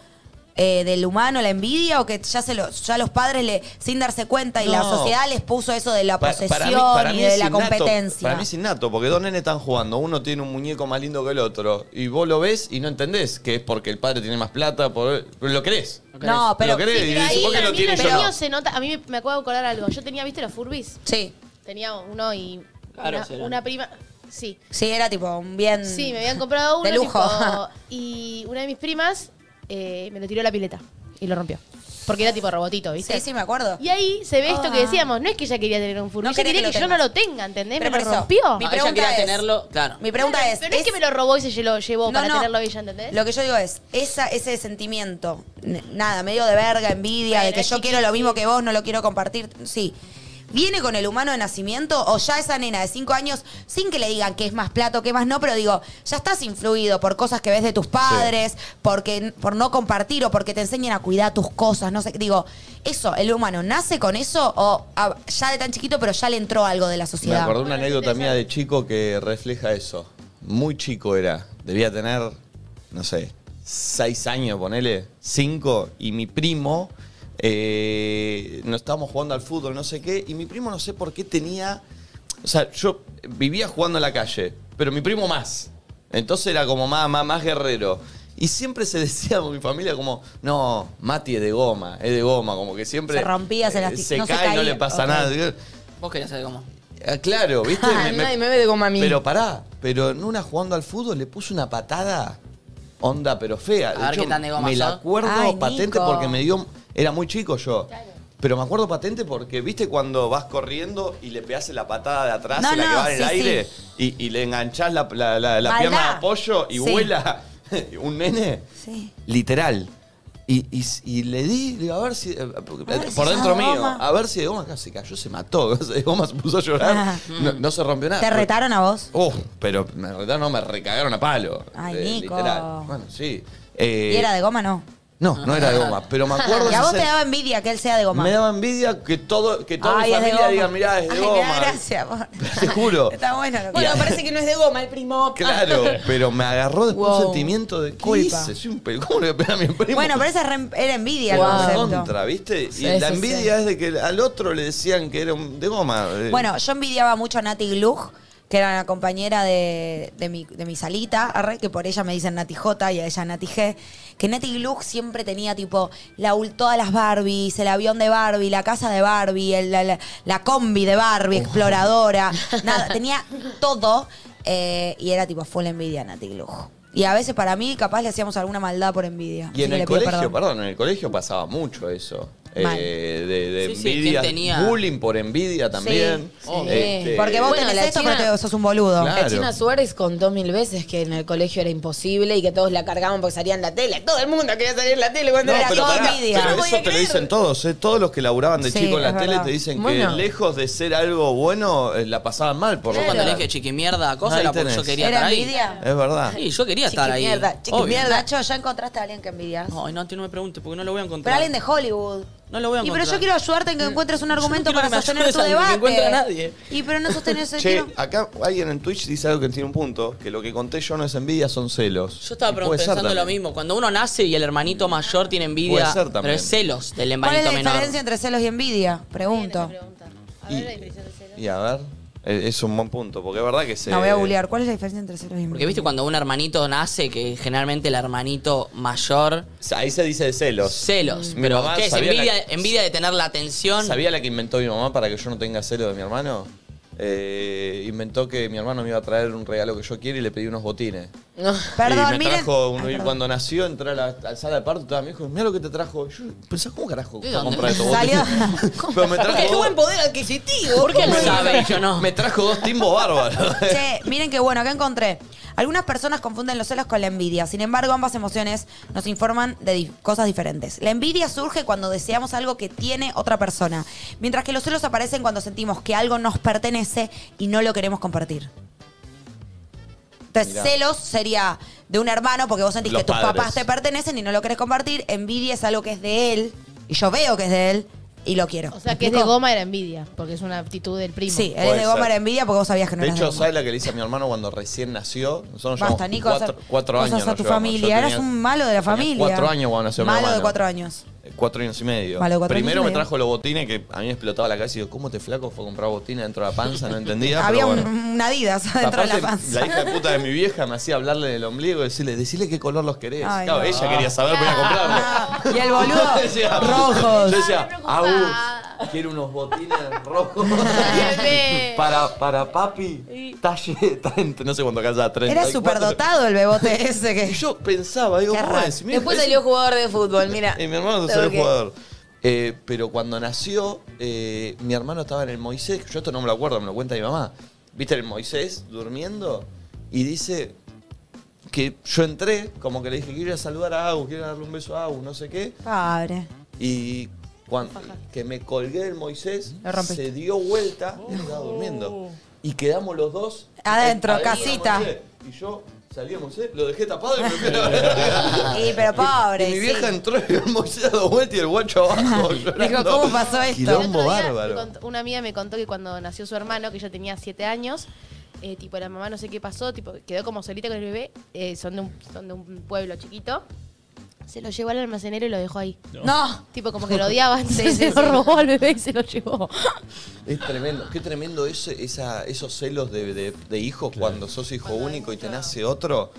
S2: eh, del humano, la envidia, o que ya se lo, ya los padres le, sin darse cuenta y la
S8: No.
S2: sociedad les puso eso de la
S8: Pa-
S2: posesión
S8: mí- para mí
S2: y de
S8: es
S2: la
S8: innato,
S2: competencia.
S8: Para mí es innato, porque dos nenes están jugando. Uno tiene un muñeco más lindo que el otro. Y vos lo ves y no entendés que es porque el padre tiene más plata. Por... Pero lo querés.
S2: No, pero-
S8: Lo querés
S2: Sí,
S8: y
S2: pero
S8: dices,
S2: ahí
S8: ¿por qué
S2: para
S8: lo
S2: mí
S8: tiene
S4: los
S8: y yo no?
S4: niños se nota. A mí me- me acuerdo de acordar algo. Yo tenía, ¿viste los Furbis?
S2: Sí.
S4: Tenía uno y.
S2: Claro,
S4: una,
S2: será.
S4: una prima. Sí.
S2: Sí, era tipo un bien.
S4: Sí, me habían comprado uno.
S2: Mm. [LAUGHS] De lujo.
S4: tipo, y una de mis primas eh, me lo tiró a la pileta. Y lo rompió. Porque era tipo robotito, ¿viste?
S2: Sí, sí, me acuerdo.
S4: Y ahí se ve esto
S2: Ah.
S4: que decíamos. No es que ella quería tener un Furby.
S2: No
S4: ella
S2: quería
S4: quería
S2: que
S4: que,
S2: lo
S4: yo no lo tenga, ¿entendés?
S2: Pero
S4: me
S2: por
S4: lo
S2: eso,
S4: rompió.
S2: mi Ah, ella pregunta quería es- tenerlo,
S3: claro.
S2: Mi pregunta
S4: Claro,
S2: es,
S4: Pero no es,
S2: ¿es-
S4: que me lo robó y se lo llevó
S2: No,
S4: para
S2: no.
S4: tenerlo ella, ¿entendés?
S2: Lo que yo digo es, esa, ese sentimiento, n- nada, medio de verga, envidia, de que yo quiero lo mismo que vos, no lo quiero compartir, sí. ¿Viene con el humano de nacimiento o ya esa nena de 5 años, sin que le digan que es más plato, que más no, pero digo, ya estás influido por cosas que ves de tus padres, porque, por no compartir o porque te enseñen a cuidar tus cosas, no sé, digo, eso, ¿el humano nace con eso o ah, ya de tan chiquito, pero ya le entró algo de la
S8: Me
S2: sociedad?
S8: acordé una anécdota mía de chico que refleja eso. Muy chico era. Debía tener, no sé, seis años, ponele, cinco. Y mi primo, eh, nos estábamos jugando al fútbol, no sé qué. Y mi primo, no sé por qué tenía. O sea, yo vivía jugando en la calle, pero mi primo más. Entonces era como más, más, más guerrero. Y siempre se [LAUGHS] decía con mi familia como, no, Mati es de goma, es de goma. Como que siempre...
S2: Se rompía, se
S8: eh,
S2: lasti-
S8: Se
S2: no se
S8: cae, no
S2: caía.
S8: le pasa
S2: Ok.
S8: nada.
S3: Vos querías saber cómo.
S8: Ah, Claro, ¿viste? Me- me-
S7: Nadie me ve de goma a mí.
S8: pero pará, pero en una jugando al fútbol le puso una patada onda pero fea.
S3: A ver qué tan de goma
S8: me la
S3: sos.
S8: acuerdo
S3: Ay,
S8: patente
S3: Nico.
S8: porque me dio... Era muy chico yo. Pero me acuerdo patente porque, ¿viste cuando vas corriendo y le pegás en la patada de atrás,
S2: No,
S8: en la que
S2: no,
S8: va en el
S2: sí,
S8: aire, y, y le enganchás la, la- la- la
S2: Maldad.
S8: pierna de apoyo y
S2: Sí.
S8: vuela [LAUGHS] un nene?
S2: Sí.
S8: Literal. Y, y- y le di, digo, a ver si. eh, Por
S2: ver si
S8: por
S2: es
S8: dentro
S2: de
S8: mío,
S2: goma.
S8: a ver si de goma. Claro, se cayó, se mató. [LAUGHS] De goma se puso a llorar.
S2: Ah.
S8: No, no se rompió nada.
S2: ¿Te retaron a vos?
S8: Uf, pero me retaron, no, me recagaron a palo.
S2: Ay,
S8: Eh,
S2: Nico.
S8: Literal. Bueno, sí. Eh,
S2: ¿Y era de goma no?
S8: No, no era de goma. Pero me acuerdo.
S2: Ah. [LAUGHS] y a vos
S8: ese-
S2: te daba envidia que él sea de goma.
S8: Me daba envidia que, todo, que toda
S2: Ay,
S8: mi
S2: es de
S8: familia
S2: goma.
S8: diga, mirá, es de
S2: Ay, me da
S8: goma.
S2: gracia, amor.
S8: [LAUGHS]
S2: [LAUGHS]
S8: Te juro.
S2: Está bueno. lo que-
S7: Bueno, parece que no es de goma el primo.
S8: [LAUGHS] Claro, pero me agarró después un
S7: Wow.
S8: sentimiento de ¿qué
S7: Culpa.
S8: hice? Soy un pe- ¿Cómo le voy a pegar a mi primo?
S2: Bueno, pero esa es re- era envidia
S8: Pero
S2: el concepto.
S8: contra, ¿viste?
S2: Sí,
S8: y
S2: sí,
S8: la
S2: sí.
S8: envidia es de que al otro le decían que era un de goma. eh.
S2: Bueno, yo envidiaba mucho a Nati Glug, que era la compañera de, de mi, de mi salita, arre, que por ella me dicen Nati J y a ella Nati G, que Nati Glug siempre tenía tipo la, ul- todas las Barbies, el avión de Barbie, la casa de Barbie, el- la, la- la combi de
S8: Oh.
S2: Barbie,
S8: [LAUGHS]
S2: exploradora, nada, tenía todo eh, y era tipo full envidia Nati Glug. Y a veces para mí capaz le hacíamos alguna maldad por envidia. así
S8: y en
S2: que
S8: el
S2: le pido
S8: colegio,
S2: perdón.
S8: perdón. en el colegio pasaba mucho eso. eh,
S2: Mal.
S8: de de
S3: Sí, sí, ¿quién
S8: envidia.
S3: tenía?
S8: Bullying por envidia también.
S7: sí.
S8: Este,
S2: Porque vos
S7: Bueno,
S2: tenés
S7: la
S2: esto,
S7: China-
S2: pero te- sos un boludo.
S8: Claro.
S7: La China Suárez contó mil veces que en el colegio era imposible y que todos la cargaban porque salía en la tele. Todo el mundo quería salir en la tele cuando
S8: No,
S7: era
S8: pero,
S7: chica.
S8: pará, pero
S7: Yo no
S8: eso
S7: podía
S8: te lo
S7: creer.
S8: dicen todos, ¿eh? todos los que laburaban de
S7: Sí,
S8: chico en la
S7: es
S8: tele
S7: verdad.
S8: te dicen
S7: Bueno.
S8: que lejos de ser algo bueno, eh, la pasaban mal por
S3: Yo
S8: lo
S3: cuando le
S8: general.
S3: dije chiquimierda a cosas
S8: Ahí
S3: era porque
S8: tenés.
S3: yo quería
S2: ¿Era
S3: estar ahí.
S2: envidia?
S8: Es verdad.
S3: Sí, yo quería estar ahí.
S2: Chiquimierda, chiquimierda.
S3: Obvio.
S2: Nacho, ¿ya encontraste a alguien que envidias?
S3: Ay, no, te no me preguntes porque no lo voy a encontrar.
S2: Pero alguien de Hollywood.
S3: No lo voy a
S2: Y
S3: encontrar.
S2: pero yo quiero ayudarte en que encuentres un argumento
S3: quiero
S2: para
S3: que
S2: sostener
S3: me ayudes
S2: tu
S3: a que no
S2: debate.
S3: encuentre a nadie. ah,
S2: Y pero no sostenés ese
S8: Che,
S2: quiero-
S8: acá alguien en Twitch dice algo que tiene un punto, que lo que conté yo no es envidia, son celos.
S3: Yo estaba
S8: Y puede ser
S3: pensando lo
S8: también.
S3: mismo. Cuando uno nace y el hermanito mayor tiene envidia,
S8: Puede ser también.
S3: pero es celos del
S2: ¿Cuál es
S3: hermanito
S2: la
S3: menor.
S2: diferencia entre celos y envidia? Pregunto.
S8: Y a ver, eh, es un buen punto, porque es verdad que se...
S2: No voy a googlear. ¿Cuál es la diferencia entre celos y envidia?
S3: Porque viste cuando un hermanito nace, que generalmente el hermanito mayor.
S8: Pues Ahí se dice de celos.
S3: Celos.
S8: Mi
S3: Pero
S8: mamá
S3: ¿qué es?
S8: sabía
S3: Envidia,
S8: la-
S3: envidia de tener la atención.
S8: ¿Sabía la que inventó mi mamá para que yo no tenga celos de mi hermano? eh, inventó que mi hermano me iba a traer un regalo que yo quiero y le pedí unos botines.
S5: [LAUGHS] No.
S8: y me trajo
S2: Ah,
S8: uno, y cuando nació entré a la, a la sala de parto, estaba mi hijo, mira lo que te trajo. Y Yo pensé, ¿cómo carajo?
S15: ¿De
S8: fue a
S15: dónde?
S8: comprar estos
S15: Salió.
S2: [LAUGHS]
S8: botines? Pero me trajo
S15: Qué
S8: dos-
S15: buen poder adquisitivo.
S3: ¿Por qué él
S8: me-
S3: sabe y yo no?
S8: Me trajo dos timbos bárbaros.
S2: [LAUGHS] Che, miren qué bueno, acá encontré. Algunas personas confunden los celos con la envidia. Sin embargo, ambas emociones nos informan de di- cosas diferentes. La envidia surge cuando deseamos algo que tiene otra persona, mientras que los celos aparecen cuando sentimos que algo nos pertenece y no lo queremos compartir. Entonces,
S15: Mirá.
S2: celos sería de un hermano porque vos sentís
S15: Los
S2: que tus
S15: padres.
S2: papás te pertenecen y no lo querés compartir. Envidia es algo que es de él y yo veo que es de él y lo quiero.
S4: O sea, que es de goma era envidia, porque es una aptitud del primo.
S2: Sí, él es de
S8: Puede
S2: goma
S8: ser.
S2: era envidia porque vos sabías que no
S8: De
S2: eras
S8: hecho,
S2: goma.
S8: ¿sabes la que le hice a mi hermano cuando recién nació? Nosotros nos
S2: Basta,
S8: llevamos
S2: Nico,
S8: cuatro,
S2: hacer
S8: cuatro
S2: cosas
S8: años.
S2: a
S8: nos
S2: tu
S8: llevamos.
S2: familia.
S8: Yo
S2: Eras
S8: tenía
S2: un malo de la
S8: tenía
S2: familia.
S8: Cuatro años cuando nació mi
S2: Malo de
S8: hermano.
S2: cuatro años.
S8: Eh, Cuatro años y medio.
S2: Malo de cuatro
S8: Primero
S2: años y
S8: me
S2: medio.
S8: trajo los botines que a mí me explotaba la cabeza y digo, ¿cómo te flaco fue a comprar botines dentro de la panza? No entendía.
S2: [LAUGHS] Había
S8: pero
S2: un-
S8: bueno.
S2: una Adidas adentro de la
S8: Aparte,
S2: panza.
S8: hija de puta de mi vieja me hacía hablarle del ombligo y decirle, decirle qué color los querés.
S2: Ay,
S8: claro,
S2: no.
S8: ella quería saber, voy a
S2: [LAUGHS]
S8: comprarle.
S2: Y el boludo,
S8: [LAUGHS] Yo decía-
S2: rojos.
S8: Yo decía, Agus, quiero unos botines rojos. [LAUGHS] para, para papi, talle [LAUGHS] 30, no sé cuánto calza, 30.
S2: Era superdotado el bebote ese que.
S8: [LAUGHS] Yo pensaba, digo,
S2: Qué
S8: ¿cómo
S2: raro.
S8: es? Mira,
S15: Después
S8: es-
S15: salió jugador de fútbol, mira.
S8: Y mi hermano
S15: Tengo
S8: salió
S15: que-
S8: jugador. Eh, pero cuando nació, eh, mi hermano estaba en el Moisés. Yo esto no me lo acuerdo, me lo cuenta mi mamá. ¿Viste el Moisés durmiendo? Y dice que yo entré, como que le dije, quiero ir a saludar a Agus, quiero darle un beso a Agus, no sé qué.
S2: Pobre.
S8: Y cuando que me colgué del Moisés,
S2: Lo rompiste. Oh.
S8: se dio vuelta y estaba durmiendo. Y quedamos los dos.
S2: Adentro,
S8: del
S2: casita.
S8: Moisés. Y yo salí del Moisés, lo dejé tapado y me fui a
S2: [LAUGHS]
S8: la
S2: Y pero pobre.
S8: y mi
S2: sí.
S8: vieja entró y el Moisés a dos vueltas y el guacho abajo. llorando.
S2: ¿cómo pasó esto?
S4: El
S8: Quilombo
S4: otro día
S8: bárbaro.
S4: me contó- una amiga me contó que cuando nació su hermano, que ya tenía 7 años, eh, tipo la mamá no sé qué pasó, tipo quedó como solita con el bebé, eh, son, de un, son de un pueblo chiquito. Se lo llevó al almacenero y lo dejó ahí.
S8: No.
S4: Tipo como que lo odiaban.
S2: Sí,
S4: se
S2: sí,
S4: lo
S2: sí.
S4: robó al bebé y se lo llevó.
S8: Es tremendo. Qué tremendo ese, esa, esos celos de, de, de hijos cuando sos hijo único y te nace otro.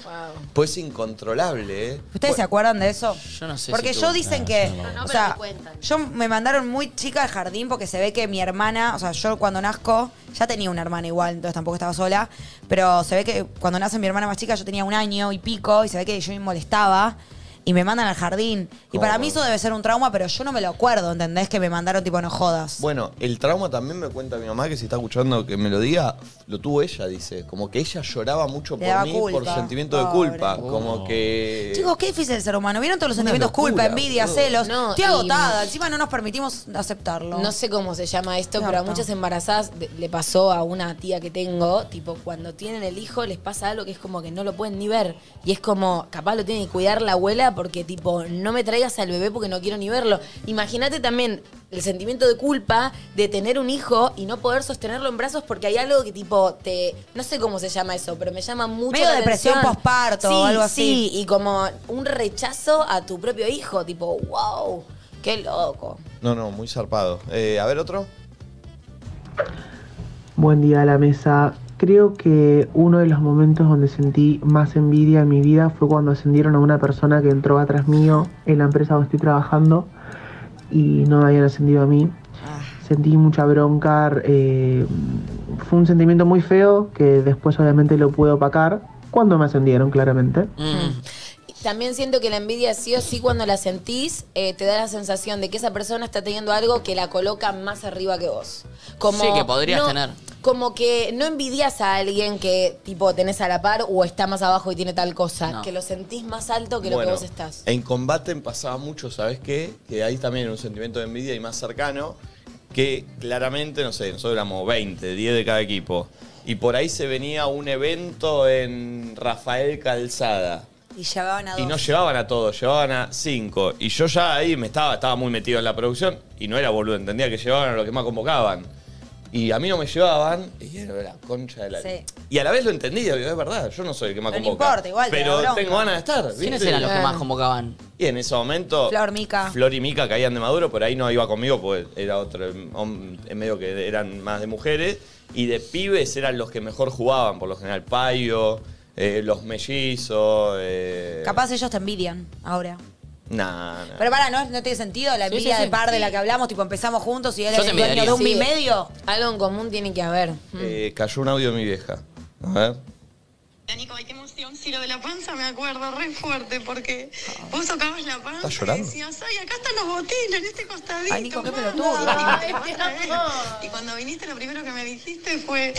S8: Pues incontrolable, ¿eh?
S2: ¿Ustedes se acuerdan de eso?
S8: Yo no sé
S2: Porque
S8: si
S2: yo
S8: tú-
S2: dicen
S8: Ah,
S2: que.
S8: yo no. No,
S2: o
S8: pero
S2: sea,
S8: te
S2: yo me mandaron muy chica al jardín porque se ve que mi hermana, o sea, yo cuando nazco, ya tenía una hermana igual, entonces tampoco estaba sola. Pero se ve que cuando nace mi hermana más chica, yo tenía un año y pico, y se ve que yo me molestaba. Y me mandan al jardín. Y para
S8: Oh.
S2: mí eso debe ser un trauma, pero yo no me lo acuerdo, ¿entendés? Que me mandaron tipo no jodas.
S8: Bueno, el trauma también me cuenta mi mamá, que si está escuchando que me lo diga, lo tuvo ella, dice. Como que ella lloraba mucho
S2: Le
S8: por
S2: daba
S8: mí, por
S2: culpa.
S8: sentimiento
S2: Pobre.
S8: de culpa. Como que...
S2: Chicos, qué difícil el ser humano. ¿Vieron todos los sentimientos?
S8: eh, locura,
S2: culpa, envidia,
S8: boludo.
S2: celos.
S5: No,
S2: Estoy
S5: y-
S2: agotada. Encima no nos permitimos aceptarlo.
S5: No sé cómo se llama esto,
S2: Qué
S5: pero a
S2: harta.
S5: muchas embarazadas de- le pasó a una tía que tengo, tipo, cuando tienen el hijo les pasa algo que es como que no lo pueden ni ver. Y es como, capaz lo tiene que cuidar la abuela porque, tipo, no me traigas al bebé porque no quiero ni verlo. Imagínate también el sentimiento de culpa de tener un hijo y no poder sostenerlo en brazos porque hay algo que, tipo, te. No sé cómo se llama eso, pero me llama mucho.
S2: Medio
S5: la
S2: depresión
S5: atención.
S2: posparto o
S5: Sí,
S2: algo así.
S5: Sí, y como un rechazo a tu propio hijo, tipo, wow, qué loco.
S8: No, no, muy zarpado. Eh, a ver, otro.
S10: Buen día a la mesa. Creo que Eh, uno de los momentos donde sentí más envidia en mi vida fue cuando ascendieron a una persona que entró atrás mío en la empresa donde estoy trabajando y no me habían ascendido a mí. Sentí mucha bronca. eh, fue un sentimiento muy feo que después obviamente lo pude opacar cuando me ascendieron, claramente.
S3: Mm.
S5: También siento que la envidia sí o sí cuando la sentís eh, te da la sensación de que esa persona está teniendo algo que la coloca más arriba que vos. Como,
S3: Sí, que podrías
S5: no-
S3: tener.
S5: Como que no envidias a alguien que tipo tenés a la par o está más abajo y tiene tal cosa, que lo sentís más alto que lo que
S8: Bueno,
S5: vos estás.
S8: En combate pasaba mucho, ¿sabes qué? Que ahí también era un sentimiento de envidia y más cercano, que claramente, no sé, nosotros éramos 20, 10 de cada equipo. Y por ahí se venía un evento en Rafael Calzada.
S2: Y llevaban a dos.
S8: Y no llevaban a todos, llevaban a cinco. Y yo ya ahí me estaba, estaba muy metido en la producción y no era boludo, entendía que llevaban a los que más convocaban. Y a mí no me llevaban, y era la concha de la.
S2: Sí.
S8: Y a la vez lo entendía, digo, es verdad, yo no soy el que más
S2: Pero no
S8: convoca.
S2: importa, igual te da
S8: Pero
S2: bronca.
S8: tengo ganas de estar. ¿viste?
S3: ¿Quiénes eran los que más convocaban?
S8: Y en ese momento.
S2: Flor, Mica.
S8: Flor y Mica caían de Maduro, por ahí no iba conmigo, pues era otro, em, hom- en medio que eran más de mujeres. Y de pibes eran los que mejor jugaban, por lo general, Payo, eh, Ah. los mellizos. eh,
S2: Capaz ellos te envidian ahora.
S8: No, no.
S2: Pero para, ¿no, no tiene sentido la
S7: Sí,
S2: envidia
S7: sí, sí.
S2: de par de
S7: Sí.
S2: la que hablamos? Tipo, empezamos juntos y él
S8: Yo
S2: es
S8: te
S2: el dueño de
S8: envidiaría.
S2: un
S8: Sí.
S2: y medio.
S7: Algo en común tiene que haber.
S8: Eh, cayó un audio de mi vieja. A ver.
S10: Si lo de la panza me acuerdo re fuerte porque
S7: Ah.
S10: vos tocabas la panza
S8: ¿Estás llorando?
S10: y decías, ay, acá están los botines, en este costadito.
S8: Ay, Nico, qué
S10: mamá". [LAUGHS]
S8: pelotudo.
S10: Y, cuando vas a ver- y cuando viniste lo primero que me dijiste fue,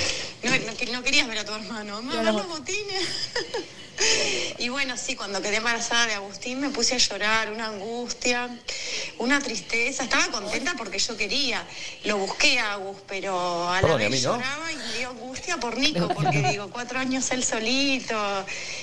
S10: no, no que- no querías ver a tu hermano, mamá,
S16: Yo
S10: ver
S16: no-
S10: los botines. [LAUGHS] y bueno, sí, cuando quedé embarazada de Agustín me puse a llorar, una angustia, una tristeza. Estaba contenta porque yo quería, lo busqué a Agus, pero a la
S8: Perdón, ¿y a
S10: vez
S8: mí no?
S10: lloraba y me dio angustia por Nico, porque digo, cuatro años él solito.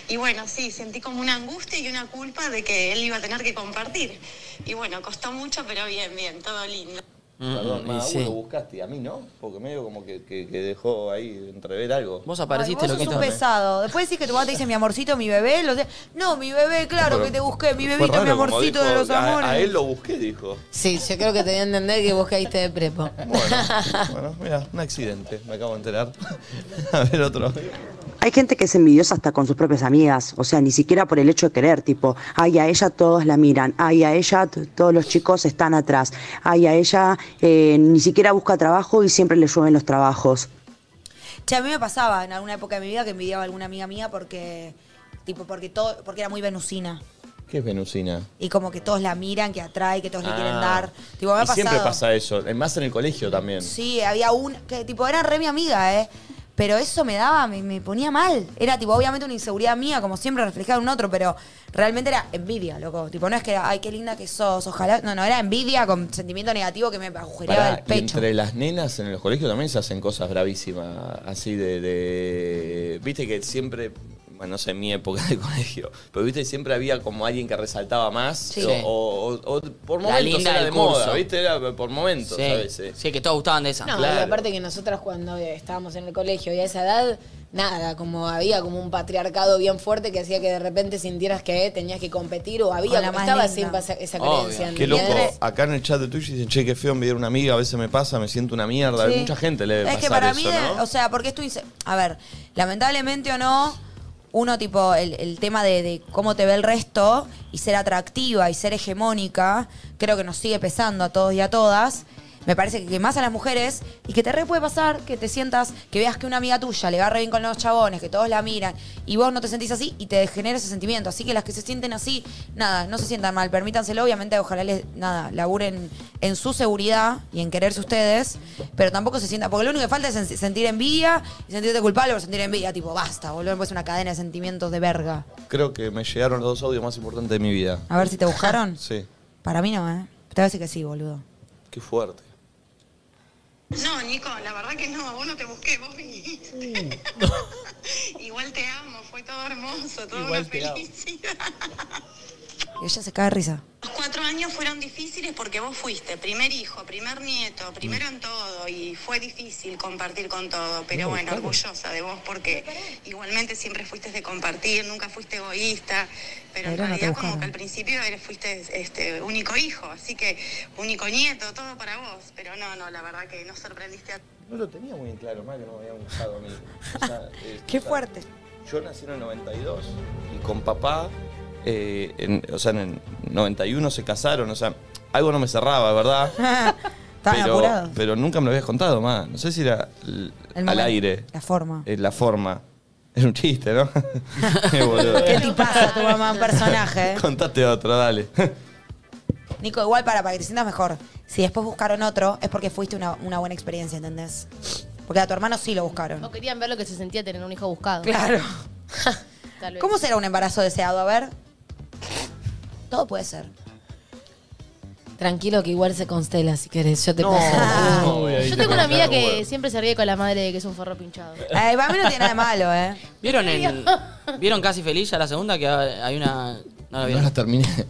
S10: Y bueno, sí, sentí como una angustia y una culpa de que él iba a tener que compartir. Y bueno, costó mucho, pero bien, bien, todo lindo.
S8: Perdón,
S3: Mm, y
S8: ma, vos
S3: sí.
S8: lo buscaste, a mí no, porque medio como que, que- que dejó ahí entrever algo.
S3: Vos
S2: Ay, vos sos un pesado. Después decís que tu mamá te dice mi amorcito, mi bebé. lo sé. No, mi bebé, claro
S8: Pero
S2: que te busqué. Mi
S8: Fue
S2: bebito, mi
S8: raro, como
S2: amorcito
S8: dijo,
S2: de los
S8: a-
S2: amores.
S8: A, él lo busqué, dijo.
S7: Sí, yo creo que te voy a entender que vos caíste de prepo.
S8: Bueno, mira, un accidente, me acabo de enterar. [LAUGHS] a ver otro.
S17: Hay gente que es envidiosa hasta con sus propias amigas, o sea, ni siquiera por el hecho de querer, tipo, ay, a ella todos la miran, ay, a ella t- todos los chicos están atrás, ay, a ella eh, ni siquiera busca trabajo y siempre le llueven los trabajos.
S2: Che, a mí me pasaba en alguna época de mi vida que envidiaba a alguna amiga mía porque, tipo, porque todo, porque era muy venusina.
S8: ¿Qué es Venusina?
S2: Y como que todos la miran, que atrae, que todos le quieren
S8: Ah.
S2: dar. Tipo, me ha
S8: Y siempre
S2: pasado.
S8: pasa eso, eh, más en el colegio también.
S2: Sí, había un. que tipo, era re mi amiga, ¿eh? Pero eso me daba, me, me ponía mal. Era tipo, obviamente una inseguridad mía, como siempre reflejada en un otro, pero realmente era envidia, loco. Tipo, no es que era, ay, qué linda que sos, ojalá. No, no, era envidia con sentimiento negativo que me agujereaba
S8: Pará,
S2: el
S8: y
S2: pecho.
S8: entre las nenas en los colegios también se hacen cosas bravísimas, así de, de- Viste que siempre, bueno, no sé, en mi época de [LAUGHS] colegio, pero viste, siempre había como alguien que resaltaba más,
S3: Sí.
S8: o, o- o- o por
S3: La
S8: momentos
S3: linda
S8: era
S3: del
S8: de
S3: curso.
S8: moda, viste, era por momentos
S3: Sí,
S8: a veces.
S3: sí, que todos gustaban de esa.
S7: No, y aparte que nosotras cuando eh, estábamos en el colegio y a esa edad, nada, como había como un patriarcado bien fuerte que hacía que de repente sintieras que tenías que competir o había,
S2: Con la
S7: como
S2: más
S7: estaba
S2: linda.
S7: siempre esa, esa
S8: Obvio.
S7: creencia.
S8: Qué loco,
S7: ¿entendés?
S8: acá en el chat de Twitch dicen, che, qué feo envidiar a una amiga, a veces me pasa, me siento una mierda.
S2: Sí.
S8: Mucha gente le debe
S2: Es que
S8: pasar
S2: para
S8: eso,
S2: mí,
S8: ¿no?
S2: eh, o sea, porque esto inse- A ver, lamentablemente o no, uno tipo, el, el tema de, de cómo te ve el resto y ser atractiva y ser hegemónica, creo que nos sigue pesando a todos y a todas. Me parece que más a las mujeres y que te re puede pasar que te sientas, que veas que una amiga tuya le va re bien con los chabones, que todos la miran y vos no te sentís así y te genera ese sentimiento. Así que las que se sienten así, nada, no se sientan mal, permítanselo, obviamente, ojalá les, nada, laburen en su seguridad y en quererse ustedes, pero tampoco se sientan, porque lo único que falta es sen- sentir envidia y sentirte culpable por sentir envidia, tipo, basta, boludo, pues una cadena de sentimientos de verga.
S8: Creo que me llegaron los dos audios más importantes de mi vida.
S2: A ver si te
S8: [LAUGHS]
S2: buscaron.
S8: Sí,
S2: Para mí no, ¿eh? Te parece que sí, boludo.
S8: qué fuerte.
S10: No, Nico, la verdad que no, vos no te busqué, vos viniste. [LAUGHS] Igual te amo, fue todo hermoso, toda
S2: Igual
S10: una
S2: te amo.
S10: felicidad.
S2: Y ella se cae de risa.
S10: Los cuatro años fueron difíciles porque vos fuiste primer hijo, primer nieto, primero
S2: Mm.
S10: en todo y fue difícil compartir con todo, pero
S2: No,
S10: bueno,
S2: claro.
S10: orgullosa de vos porque igualmente siempre fuiste de compartir, nunca fuiste egoísta, pero en
S2: Pero no te
S10: realidad como
S2: buscaron.
S10: que al principio eres, fuiste este, único hijo, así que único nieto, todo para vos, pero no, no, la verdad que nos sorprendiste a
S8: No lo tenía muy en claro, mal que no me había gustado a mí. O sea, eh,
S2: Qué
S8: o sea,
S10: [LAUGHS]
S2: fuerte. [LAUGHS]
S8: Yo nací en el 92 y con papá, eh, en- o sea, en el 91 se casaron, o sea, algo no me cerraba, ¿verdad?
S2: Estaban
S8: pero,
S2: apurados.
S8: pero nunca me lo habías contado, más. No sé si era l-
S2: El
S8: al
S2: momento,
S8: aire,
S2: La forma.
S8: eh, la forma. Es un chiste,
S2: [LAUGHS]
S8: ¿no? Qué boludo.
S2: ¿Qué te pasa tu mamá
S8: [LAUGHS]
S2: un personaje? ¿eh?
S8: Contate otro, dale.
S2: Nico, igual para, para que te sientas mejor. Si después buscaron otro, es porque fuiste una, una buena experiencia, ¿entendés? Porque a tu hermano sí lo buscaron.
S4: O querían ver lo que se sentía tener un hijo buscado.
S2: Claro.
S4: Tal vez.
S2: ¿Cómo será un embarazo deseado? A ver. Todo puede ser.
S7: Tranquilo que igual se constela si querés, yo te
S2: No,
S7: paso.
S8: [LAUGHS]
S2: no, voy a ir.
S4: Yo tengo una amiga
S2: Claro,
S4: que
S2: bueno.
S4: siempre se ríe con la madre de que es un forro pinchado.
S2: Ay, para mí no tiene nada de malo, ¿eh?
S3: ¿Vieron en, [LAUGHS] ¿Vieron Casi Feliz ya la segunda? Que hay una. No la vieron.
S8: No la terminé. [LAUGHS]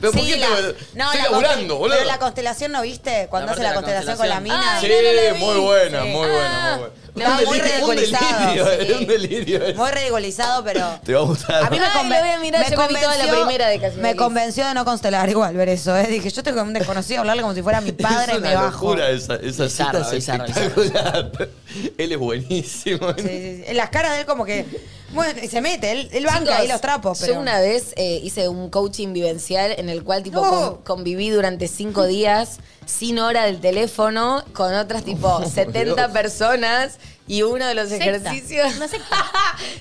S8: Pero ¿por
S2: Sí,
S8: qué
S2: la-
S8: te-
S2: No, la
S8: estoy laburando,
S2: constel-
S8: boludo?
S2: Pero la constelación, ¿no viste? Cuando
S8: La
S2: hace
S8: parte
S2: la
S8: de la
S2: constelación con la
S8: constelación.
S2: mina.
S8: Sí, muy buena, muy buena, Ah, muy buena.
S2: No,
S8: Un
S2: muy
S8: delirio, un
S2: ridiculizado,
S8: delirio,
S2: sí.
S8: era un delirio. eh. era.
S2: Muy ridiculizado, pero.
S8: Te va a gustar.
S2: A mí me,
S7: Ay,
S2: conven-
S7: lo voy a mirar,
S2: me
S7: yo vi toda la
S2: convenció-
S7: primera de Casi
S2: Me
S7: Feliz.
S2: convenció de no constelar igual ver eso, ¿eh? Dije, yo estoy con un desconocido hablarle como si fuera mi padre
S8: es
S2: y
S8: una
S2: me bajo.
S8: locura esa, esa
S3: Bizarro,
S8: cita es
S3: bizarro,
S8: espectacular. [LAUGHS] Él es buenísimo.
S2: Sí, sí, sí. Las caras de él como que. Bueno, y se mete, él, él banca ahí
S5: Chicos,
S2: los trapos. Pero...
S5: Yo una vez eh, hice un coaching vivencial en el cual tipo
S2: No.
S5: con- conviví durante cinco días sin hora del teléfono con otras tipo
S2: Oh,
S5: 70
S18: Dios.
S5: personas y uno de los
S18: Secta.
S5: ejercicios... [LAUGHS]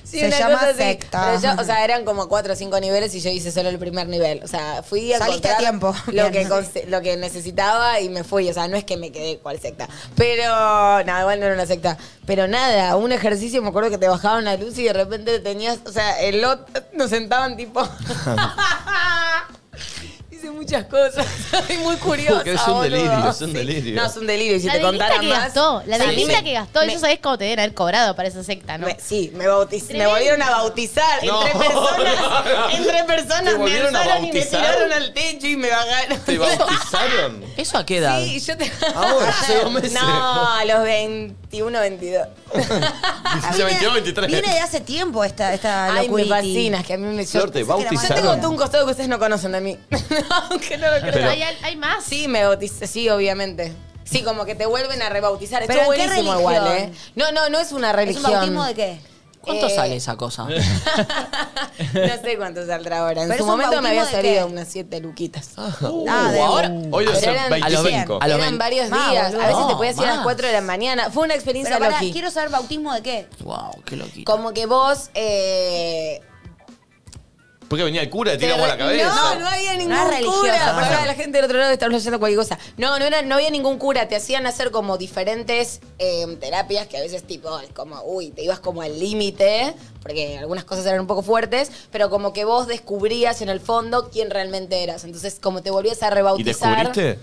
S5: Sí,
S2: Se
S5: una
S2: llama
S5: cosa así.
S2: secta.
S5: Pero yo, o sea, eran como cuatro o cinco niveles y yo hice solo el primer nivel. O sea, fui a
S2: Saliste a
S5: encontrar
S2: tiempo.
S5: Lo
S2: Bien.
S5: que, conse- lo que necesitaba y me fui. O sea, no es que me quedé cual secta. Pero, nada, igual no era una secta. Pero nada, un ejercicio, me acuerdo que te bajaban la luz y de repente tenías, o sea, el lot, nos sentaban tipo... [LAUGHS] Hice muchas cosas. [LAUGHS] Soy muy curiosa.
S8: Porque es un delirio, es un
S5: Sí.
S8: delirio.
S5: No, es un delirio. Y si
S4: La
S5: te contara
S4: delita que
S5: más-
S4: gastó, la
S5: Sí.
S4: delita
S5: Sí.
S4: que gastó,
S5: Me-
S4: eso sabés cómo te deben haber cobrado para esa secta, Ah, ¿no?
S5: sí, me, bautiz- me volvieron a bautizar
S4: No.
S5: entre
S4: [LAUGHS]
S5: personas. Entre
S4: ¿Te
S5: personas me
S4: volvieron a
S5: alzaron y me
S4: bautizar?
S5: tiraron al techo y me bajaron.
S8: ¿Te [LAUGHS] bautizaron?
S3: [LAUGHS] ¿Eso a qué edad?
S5: Sí, yo te.
S4: Ah,
S5: [LAUGHS]
S8: Ahora, hace dos meses.
S5: No, a los 21, 22.
S8: Ya 22, 23.
S2: Ah, Viene de hace tiempo esta, esta
S5: Ay, me
S2: locuriti.
S5: fascinas, que a mí me
S8: Flor, te
S5: Yo
S8: bautizaron.
S5: tengo todo un costado que ustedes no conocen de mí. [LAUGHS] Aunque no lo crean.
S8: Pero-
S5: ¿Hay, más? Sí, me bauticé, sí, obviamente. Sí, como que te vuelven a rebautizar. Esto
S2: ¿Pero
S5: es
S2: en qué
S5: buenísimo
S2: religión?
S5: igual, ¿eh? No, no, no es una religión.
S2: bautismo de qué?
S3: ¿Cuánto
S5: Eh,
S3: sale esa
S2: [LAUGHS]
S3: cosa?
S5: [LAUGHS] No sé cuánto saldrá ahora. En
S3: Pero
S5: su
S3: es un
S5: momento me había
S3: bautismo de
S5: salido unas siete luquitas.
S8: Uh,
S3: Ah, de ahora-
S5: un-
S3: hoy debe ser
S5: Pero
S3: 25. A los
S5: Eran
S3: veinte.
S5: varios
S3: Más,
S5: días.
S3: boludo.
S5: a veces te
S3: No,
S5: podías ir a las
S3: más.
S5: 4 de la mañana. Fue una experiencia
S2: Pero pará,
S5: loqui.
S2: quiero saber bautismo de qué.
S3: Wow, qué loquito.
S5: Como que vos... eh,
S8: Porque venía el cura y tiramos la cabeza.
S5: no, no había ningún
S2: No es religioso,
S5: cura.
S2: no.
S5: Pará, la gente del otro lado estaba leyendo cualquier cosa. No, no, era, no había ningún cura. Te hacían hacer como diferentes eh, terapias que a veces tipo, es como, uy, te ibas como al límite, porque algunas cosas eran un poco fuertes, pero como que vos descubrías en el fondo quién realmente eras. Entonces, como te volvías a
S8: ¿Y
S5: rebautizar.
S8: descubriste?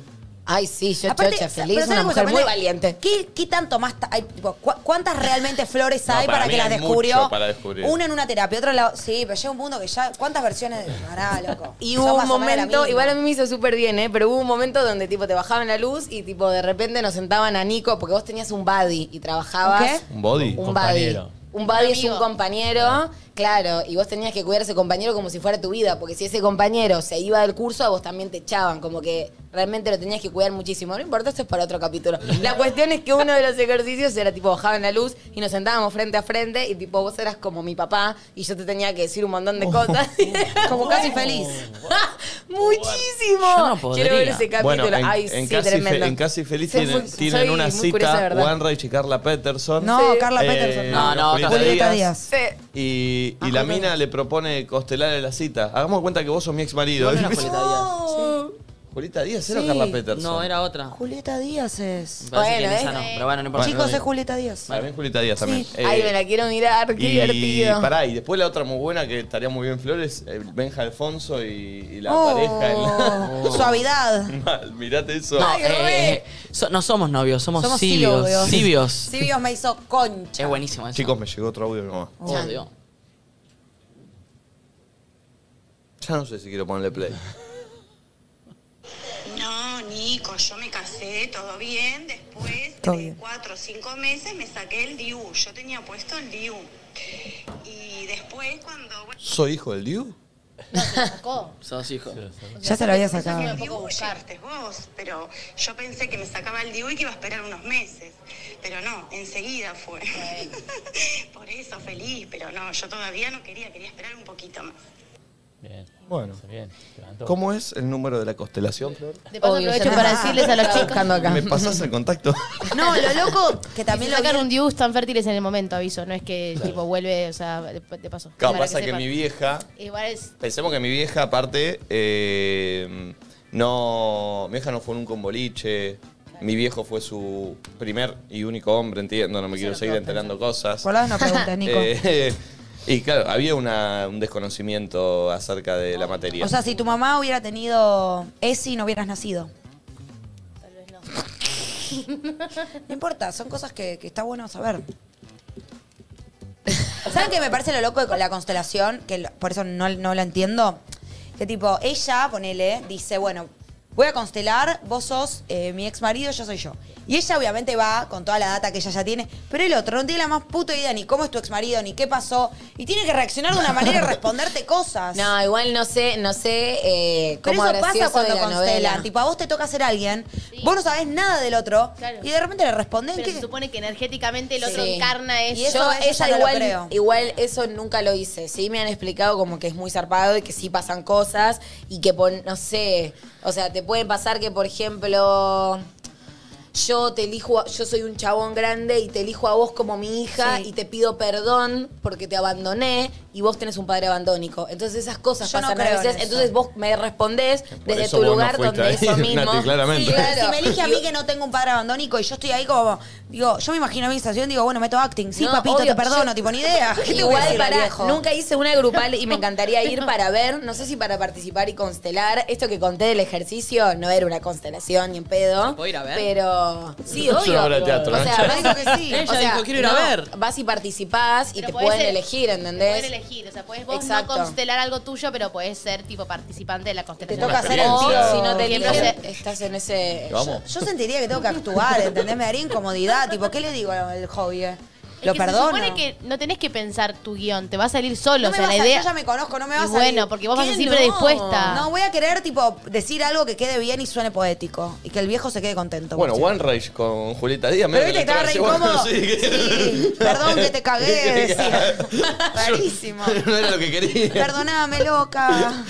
S5: Ay, sí, yo
S2: Aparte,
S5: chocha,
S2: sa-
S5: feliz,
S2: pero
S5: una
S2: ¿sabes
S5: mujer
S2: cómo
S5: muy
S2: se aprende?
S5: valiente.
S2: ¿Qué, qué tanto más ta- hay, tipo, cua- ¿Cuántas realmente flores hay
S8: para
S2: para,
S8: mí
S2: que las
S8: hay mucho
S2: descubrió?
S8: para descubrir.
S2: Una en una terapia, otra en la Sí, pero llega un punto que ya. ¿Cuántas versiones? Pará, loco.
S5: [LAUGHS] Y
S2: Son
S5: hubo un
S2: más o menos la
S5: momento,
S2: misma.
S5: igual a mí me hizo súper bien, ¿eh? Pero hubo un momento donde, tipo, te bajaban la luz y, tipo, de repente nos sentaban a Nico, porque vos tenías un buddy y trabajabas.
S8: ¿Un body?
S5: Un buddy. Un buddy es un compañero, claro, y vos tenías que cuidar a ese compañero como si fuera tu vida, porque si ese compañero se iba del curso, a vos también te echaban, como que realmente lo tenías que cuidar muchísimo. No importa, esto es para otro
S8: [LAUGHS]
S5: capítulo. La cuestión es que uno de los ejercicios era tipo bajaban la luz y nos sentábamos frente a frente y tipo vos eras como mi papá y yo te tenía que decir un montón
S8: Oh.
S5: de
S8: [LAUGHS]
S5: cosas. [LAUGHS] como casi feliz. [LAUGHS] Muchísimo.
S3: Yo no podría.
S5: Quiero ver ese capítulo.
S8: Bueno, en,
S5: Ay,
S8: en
S5: sí,
S8: casi, Fe-
S5: tremendo.
S8: en Casi Feliz
S5: Soy
S8: tienen,
S5: muy-
S8: tienen
S5: soy
S8: una
S5: muy curiosa,
S8: cita
S5: ¿verdad?
S8: Wanreich y Carla Peterson.
S2: No, Sí.
S8: Eh,
S2: Carla Peterson, no. No, no, Julieta Díaz.
S5: Sí.
S8: Y, y la mina le propone costelar la cita. Hagamos cuenta que vos sos mi ex marido. [LAUGHS]
S3: Vos no eras Julieta Díaz.
S8: ¿Julieta Díaz era
S2: Sí.
S8: Carla Peterson?
S3: No, era otra.
S2: Julieta Díaz es.
S3: Me parece que en esa no, pero bueno, no importa.
S2: Chicos, es Julieta Díaz.
S8: Para mí es Julieta Díaz también. Eh,
S5: Ay, me la quiero mirar, qué
S8: y,
S5: divertido.
S8: Pará, y después la otra muy buena que estaría muy bien Flores, eh, Benja Alfonso y, y la
S2: Oh.
S8: pareja. en la-
S2: Suavidad.
S8: Mal, mirate eso.
S3: No, eh, eh, so- no somos novios, somos,
S2: Somos
S3: cibios.
S2: cibios. [LAUGHS]
S3: Cibios.
S2: Sibios me hizo concha.
S3: Es buenísimo eso.
S8: Chicos, me llegó otro audio nomás.
S3: Oh, Dios.
S8: Ya no sé si quiero ponerle play.
S10: No, Nico, yo me casé, todo bien. Después
S8: Todo
S10: de
S8: bien.
S10: cuatro o cinco meses me saqué el DIU. Yo tenía puesto el DIU. Y después cuando...
S8: ¿Soy hijo del Diu?
S3: Sos hijo.
S2: Ya se lo había
S10: Pensás que
S2: sacado.
S10: el DIU llegaste vos, pero yo pensé que me sacaba el DIU y que iba a esperar unos meses. Pero no, enseguida fue. [LAUGHS] Por eso feliz, pero no, yo todavía no quería, quería esperar un poquito más.
S1: Bien.
S8: Bueno.
S1: Bien. te levantó.
S8: ¿Cómo es el número de la constelación, Flor?
S4: De paso
S5: Obvio,
S4: aprovecho
S5: ya
S4: para
S5: está.
S4: decirles a los
S5: Está
S4: chicos.
S5: buscando
S2: [LAUGHS]
S5: acá.
S8: ¿Me pasás el contacto?
S4: No, lo loco
S2: que
S4: también lo sacar un dius tan fértiles en el momento, aviso. No es que tipo vuelve, o sea, de, de paso.
S8: Claro,
S4: Para
S8: pasa que,
S4: sepan.
S8: mi vieja.
S4: Igual es
S8: Pensemos que mi vieja, aparte, eh, no. Mi vieja no fue nunca un boliche. Mi viejo fue su primer y único hombre, entiendo, no me quiero seguir enterando cosas.
S2: Por las no preguntes, Nico.
S8: Eh, [LAUGHS] y claro, había una- un desconocimiento acerca de la materia.
S2: O sea, si tu mamá hubiera tenido ESI, no hubieras nacido. Tal vez no. [LAUGHS] No importa, son cosas que, que está bueno saber. ¿Saben qué me parece lo loco de la constelación? Que lo- por eso no, no la entiendo. Que tipo, ella, ponele, dice, bueno, voy a constelar, vos sos eh, mi ex marido, yo soy yo. Y ella obviamente va con toda la data que ella ya tiene, pero el otro no tiene la más puta idea ni cómo es tu ex marido, ni qué pasó, y tiene que reaccionar de una manera y responderte cosas.
S5: No, igual no sé, no sé eh,
S2: Pero
S5: cómo
S2: eso
S5: habrá sido
S2: pasa
S5: eso
S2: cuando
S5: de la novela.
S2: constelan. Tipo, a vos te toca ser alguien, vos no sabés nada del otro, y de repente le responden
S4: Pero
S2: que.
S4: se supone que energéticamente el otro
S5: Sí.
S4: encarna eso.
S5: Y eso, ella
S2: no lo
S5: igual,
S2: creo.
S5: igual eso nunca lo hice. Sí, me han explicado como que es muy zarpado y que sí pasan cosas y que, pon- no sé, o sea, te pueden pasar que, por ejemplo, yo te elijo, a- yo soy un chabón grande y te elijo a vos como mi hija y te pido perdón porque te abandoné y vos tenés un padre abandónico. Entonces esas cosas
S2: Yo no
S5: pasan a
S2: creo en
S5: veces.
S2: eso.
S5: Entonces vos me respondés desde tu
S8: eso vos no
S5: lugar
S8: fuiste
S5: donde
S8: ahí,
S5: eso mismo.
S8: [LAUGHS] Nati, claramente.
S5: Sí, claro.
S2: Si me elige a mí que no tengo un padre abandónico y yo estoy ahí como, digo, yo me imagino mi situación, digo, bueno, meto acting, sí,
S5: No,
S2: papito,
S5: obvio,
S2: te perdono,
S5: yo-
S2: tipo, ni
S5: [LAUGHS]
S2: idea. [LAUGHS] ¿Qué te voy a
S5: Igual
S2: decir al
S5: para,
S2: viejo?
S5: nunca hice una grupal y me encantaría ir para ver, no sé si para participar y constelar. Esto que conté del ejercicio no era una constelación ni en pedo.
S3: ¿Puedo ir a ver?
S5: Pero sí,
S3: Es una
S5: obvio.
S3: obra de teatro,
S5: o sea,
S3: ¿eh? Dijo
S5: vas-
S3: que sí. [LAUGHS] Ella dijo, "Quiero ir a ver".
S5: Vas y participás y
S4: Pero
S5: te
S4: podés
S5: pueden
S4: ser-
S5: elegir,
S4: Te
S5: ¿entendés?
S4: pueden elegir, o sea, puedes vos
S5: Exacto.
S4: no constelar algo tuyo, pero puedes ser tipo participante de la constelación.
S5: toca
S2: hacer el tío.
S4: O
S5: Si no te
S4: que no
S5: eligen,
S4: sé-
S5: estás en ese.
S2: Yo, yo sentiría que tengo que actuar, ¿entendés? Me daría incomodidad, tipo, ¿qué le digo al hobby? eh?
S4: Es
S2: ¿Lo
S4: que
S2: perdono?
S4: Se supone que no tenés que pensar tu guión, te va a salir solo.
S2: No
S4: o
S2: me va
S4: sea, la
S2: a salir,
S4: idea.
S2: yo ya me conozco, no me va a
S4: Y
S2: salir.
S4: bueno, porque vos vas a
S2: ¿Qué
S4: ser
S2: no?
S4: predispuesta.
S2: No, voy a querer, tipo, decir algo que quede bien y suene poético. Y que el viejo se quede contento.
S8: Bueno, One Rage con Julieta Díaz.
S2: Pero
S8: medio
S2: viste,
S8: que le
S2: estaba re
S8: traje, bueno,
S2: incómodo.
S8: [LAUGHS] sí, que- [LAUGHS]
S2: Perdón que te cagué, decía. [LAUGHS]
S8: [LAUGHS]
S2: Rarísimo.
S8: no era lo que quería.
S2: [LAUGHS] Perdoname, loca.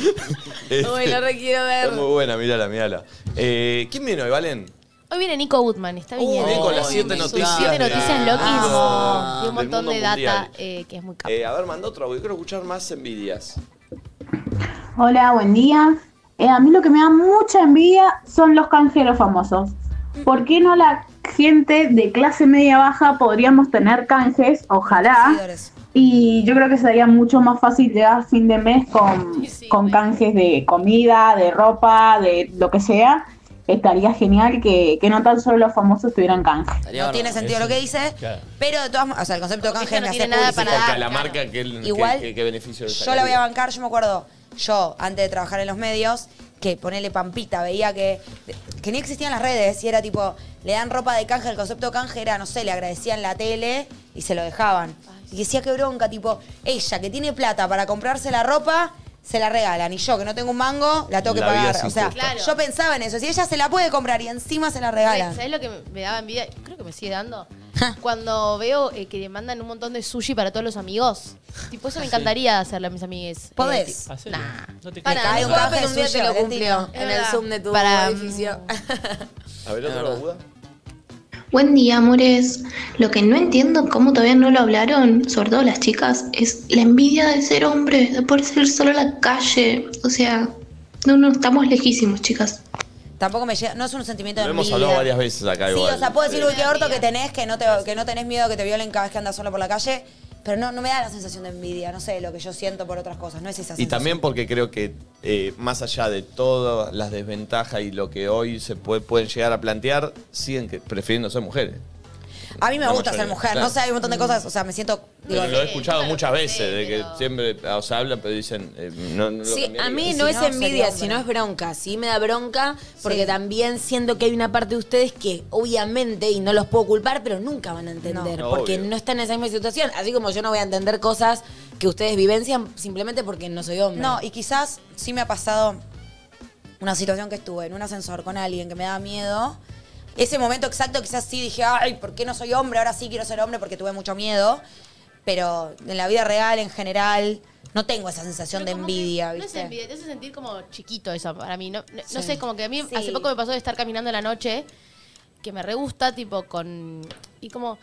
S8: Este,
S4: Bueno, re quiero ver.
S8: Está muy buena, mírala, mírala. Eh, ¿Quién viene hoy, Valen?
S4: Hoy viene Nico Woodman, está viniendo.
S8: Viene con las siete noticias.
S4: Siete
S8: de-
S4: noticias loquísimas.
S8: Ah.
S4: y un
S8: del
S4: montón
S8: mundo
S4: de data
S8: mundial.
S4: eh, que es muy
S8: Eh, a ver, manda otro audio. Quiero escuchar más envidias.
S10: Hola, buen día. Eh, a mí lo que me da mucha envidia son los canjeros famosos. ¿Por qué no la gente de clase media baja podríamos tener canjes? Ojalá. Y yo creo que sería mucho más fácil llegar a fin de mes con, con canjes de comida, de ropa, de lo que sea. Estaría genial que, que no tan solo los famosos tuvieran canje.
S2: No tiene sentido lo que dice, pero de todas ma- o sea, el concepto de canje
S4: no
S2: me hace
S4: tiene nada
S2: publicidad.
S8: Porque a la marca, ¿qué,
S2: Igual,
S8: qué- qué- qué beneficio le
S2: Yo la voy
S8: sacaría?
S2: a bancar, yo me acuerdo, yo antes de trabajar en los medios, que ponerle pampita, veía que, que ni existían las redes y era tipo, le dan ropa de canje, el concepto de canje era, no sé, le agradecían la tele y se lo dejaban. Y decía qué bronca, tipo, ella que tiene plata para comprarse la ropa, se la regalan. Y yo que no tengo un mango, la tengo que
S1: La vida
S2: pagar.
S1: es
S2: O sea,
S1: injusta. Claro.
S2: yo pensaba en eso. Si ella se la puede comprar y encima se la regalan.
S4: ¿Sabes lo que me daba envidia? Creo que me sigue dando. Cuando veo eh, que le mandan un montón de sushi para todos los amigos. Tipo, eso me encantaría hacerlo a mis amigues. Eh,
S2: ¿Podés?
S4: ti-
S6: Hacelo.
S4: Nah.
S6: No te
S5: Para,
S4: Pará,
S5: un
S4: Nico,
S5: café
S4: pero
S5: un día te lo cumplió
S4: Es
S5: en el
S4: verdad.
S5: Zoom de tu
S4: Para-
S5: edificio.
S8: A ver, otro Buda.
S19: Buen día, amores. Lo que no entiendo cómo todavía no lo hablaron, sobre todo las chicas, es la envidia de ser hombre, de poder salir solo a la calle. O sea, no, no, estamos lejísimos, chicas.
S2: Tampoco me llega, no es un sentimiento de
S8: Lo hemos
S2: envidia.
S8: hablado varias veces acá
S2: Sí,
S8: igual.
S2: o sea, puedo decir,
S8: Eh,
S2: uy, qué orto que tenés, que no, te, que no tenés miedo que te violen cada vez que andas solo por la calle, pero no, no me da la sensación de envidia, no sé, lo que yo siento por otras cosas, no es esa
S8: Y
S2: sensación.
S8: también porque creo que eh, más allá de todas las desventajas y lo que hoy se puede, pueden llegar a plantear, siguen que- prefiriendo ser mujeres.
S2: A mí me
S8: la
S2: gusta ser
S8: mayoría,
S2: mujer,
S8: eh, claro.
S2: no sé, hay un montón de cosas, o sea, me siento... digo,
S8: Pero lo he escuchado muchas veces, de que siempre o sea, hablan, pero dicen, eh, no, no lo
S5: Sí,
S8: cambiaría.
S5: a mí
S8: Y
S5: no
S8: si
S5: es
S8: sería
S5: envidia,
S8: hombre.
S5: sino es bronca. Sí, me da bronca porque también siento que hay una parte de ustedes que obviamente, y no los puedo culpar, pero nunca van a entender
S1: No,
S5: porque
S1: obvio.
S5: no están en esa misma situación. Así como yo no voy a entender cosas que ustedes vivencian simplemente porque no soy hombre.
S2: No, y quizás sí me ha pasado una situación que estuve en un ascensor con alguien que me daba miedo. Ese momento exacto quizás sí dije, ay, ¿por qué no soy hombre? Ahora sí quiero ser hombre porque tuve mucho miedo. Pero en la vida real, en general, no tengo esa sensación de envidia,
S4: No es
S2: ¿viste?
S4: envidia, te hace sentir como chiquito eso para mí. No, no- no
S2: Sí.
S4: sé, como que a mí
S2: Sí.
S4: hace poco me pasó de estar caminando en la noche, que me re gusta, tipo, con. Y como.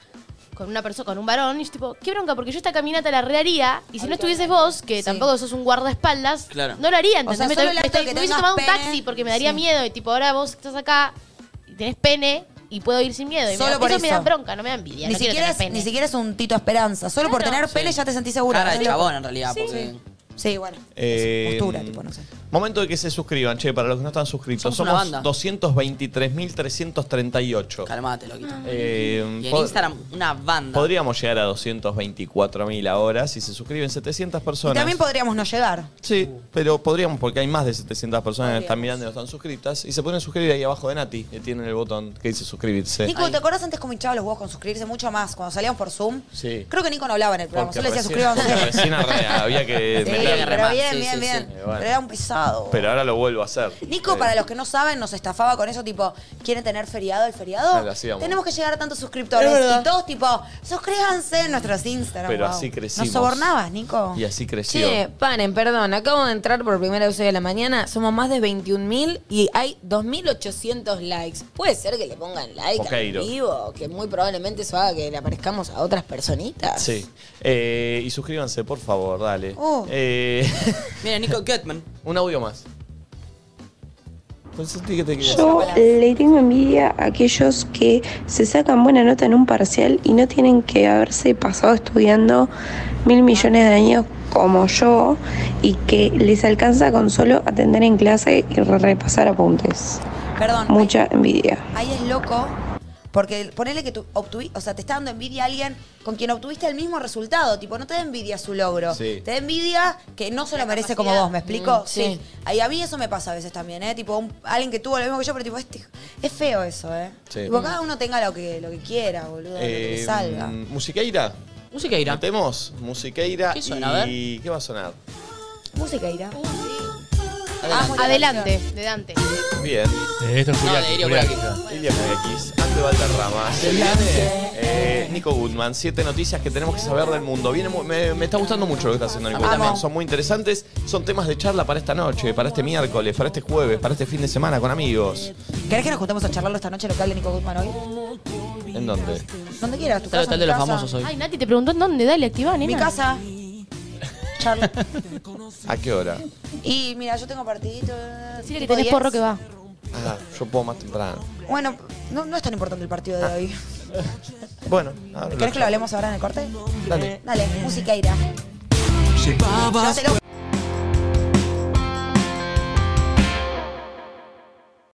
S4: Con una persona, con un varón, y yo tipo, qué bronca, porque yo esta caminata la rearía, y si no estuvieses vos, que tampoco sos un guardaespaldas,
S3: Claro.
S4: no lo haría,
S2: O
S4: ¿entendés?
S2: sea,
S4: me,
S2: solo
S4: to-
S2: el
S4: me
S2: acto
S4: to-
S2: de que
S4: me hubiese
S2: tengas
S4: tomado un
S2: pene,
S4: taxi porque me daría
S2: sí.
S4: miedo, y tipo, ahora vos estás acá y tenés pene y puedo ir sin miedo. Y
S2: Solo
S4: me,
S2: por
S4: me
S2: eso.
S4: da bronca, no me da envidia.
S2: Ni
S4: no quiero
S2: siquiera,
S4: tener
S2: es,
S4: pene.
S2: ni siquiera es un Tito Esperanza. Solo por tener pene ya te sentís segura.
S3: Cara de
S2: ¿no?
S3: chabón, en realidad, porque-
S2: Sí, bueno.
S1: Eh,
S2: Postura, tipo, no sé.
S1: Momento de que se suscriban, che, para los que no están suscritos.
S3: Somos una
S1: Somos,
S3: banda.
S1: 223.338.
S3: Calmate, loquito.
S1: Eh,
S3: Y en
S1: pod-
S3: Instagram, una banda.
S1: Podríamos llegar a 224.000 ahora si se suscriben 700
S2: Y
S1: personas.
S2: también podríamos no llegar.
S1: Sí, pero podríamos porque hay más de 700 personas que están mirando y no están suscritas. Y se pueden suscribir ahí abajo de Nati, que tienen el botón que dice suscribirse.
S2: Nico, ¿te acordás antes cómo hinchaba los huevos con suscribirse mucho más? Cuando salíamos por Zoom.
S1: Sí.
S2: Creo que Nico no hablaba en el programa.
S1: Porque
S2: Solo decía
S1: recién-
S2: suscríbanse.
S1: porque recién arre- había que
S2: [LAUGHS] Sí,
S1: meterle.
S2: pero bien,
S1: Sí,
S2: bien,
S1: sí,
S2: bien.
S1: sí. Y bueno.
S2: Pero era un pesado.
S1: Pero ahora lo vuelvo a hacer.
S2: Nico,
S1: Eh,
S2: para los que no saben, nos estafaba con eso, tipo, ¿quieren tener feriado el feriado?
S1: Ah, lo hacíamos.
S2: Tenemos que llegar a tantos
S1: Es
S2: suscriptores.
S1: verdad.
S2: Y todos, tipo, suscríbanse en nuestros Instagram.
S1: Pero
S2: wow.
S1: así crecimos.
S2: Nos sobornabas, Nico.
S1: Y así creció.
S5: Che, paren, perdón, acabo de entrar por primera vez hoy de la mañana, somos más de 21.000 y hay 2.800 likes. ¿Puede ser que le pongan like
S1: Poqueiro.
S5: al vivo? Que muy probablemente eso haga que le aparezcamos a otras personitas.
S1: Sí. Eh, y suscríbanse, por favor, dale.
S5: Oh.
S1: Eh, [LAUGHS]
S3: Mira, Nico Gottman.
S1: un audio más. Pues sentí que te quería
S10: Yo
S1: hacer.
S10: le tengo envidia a aquellos que se sacan buena nota en un parcial y no tienen que haberse pasado estudiando mil millones de años como yo y que les alcanza con solo atender en clase y re- repasar apuntes.
S2: Perdón.
S10: Mucha envidia.
S2: Ahí es loco. Porque ponele que tú obtuvi- o sea, te está dando envidia a alguien con quien obtuviste el mismo resultado. Tipo, no te da envidia su logro.
S8: Sí.
S2: Te da envidia que no se lo merece como
S8: capacidad.
S2: vos, ¿me explico?
S8: Mm,
S2: sí.
S8: sí.
S2: Y a mí eso me pasa a veces también, ¿eh? Tipo, un- alguien que tuvo lo mismo que yo, pero tipo, este- es feo eso, ¿eh?
S1: Sí.
S2: Tipo,
S1: Mm.
S2: cada uno tenga lo que, lo que quiera, boludo, lo que le
S1: Eh,
S2: salga.
S1: Musiqueira.
S3: Musiqueira.
S1: Metemos Musiqueira.
S2: ¿Qué suena? A
S1: ¿Y qué va a sonar?
S2: Música Ah, irá.
S4: Adelante, de Dante.
S1: Bien.
S6: esto es
S1: no,
S6: Juliaki,
S1: de Irio
S6: Juliaki.
S1: Juliaki. Irio Juliaki, Ante Valderrama. Se viene eh, Nico Goodman. Siete noticias que tenemos que saber del mundo. Viene, mu- me, me está gustando mucho lo que está haciendo Nico.
S20: mí también.
S1: Goodman. Son muy interesantes. Son temas de charla para esta noche, para este miércoles, para este jueves, para este fin de semana con amigos.
S2: ¿Querés que nos juntemos a charlarlo esta noche lo que hable Nico Guzmán hoy?
S1: ¿En dónde?
S2: Donde quieras, tu
S1: Está el
S2: casa.
S1: hotel
S2: mi
S1: de los
S2: casa.
S1: famosos hoy. Ay,
S4: Nati te preguntó en dónde, dale, activá, nena.
S1: [LAUGHS]
S2: Mi casa. Charla.
S1: ¿A qué hora?
S2: Y mira, yo tengo partidito. eh,
S4: Decirle que
S2: tipo
S4: tenés
S2: 10.
S4: porro que va.
S1: Ah, yo puedo más temprano.
S2: Bueno, no, no es tan importante el partido de hoy.
S1: Bueno, ahora
S2: ¿Querés que lo hablemos ahora en el corte?
S1: Dale.
S2: Dale, música irá.
S1: charlamos.
S2: Yo te lo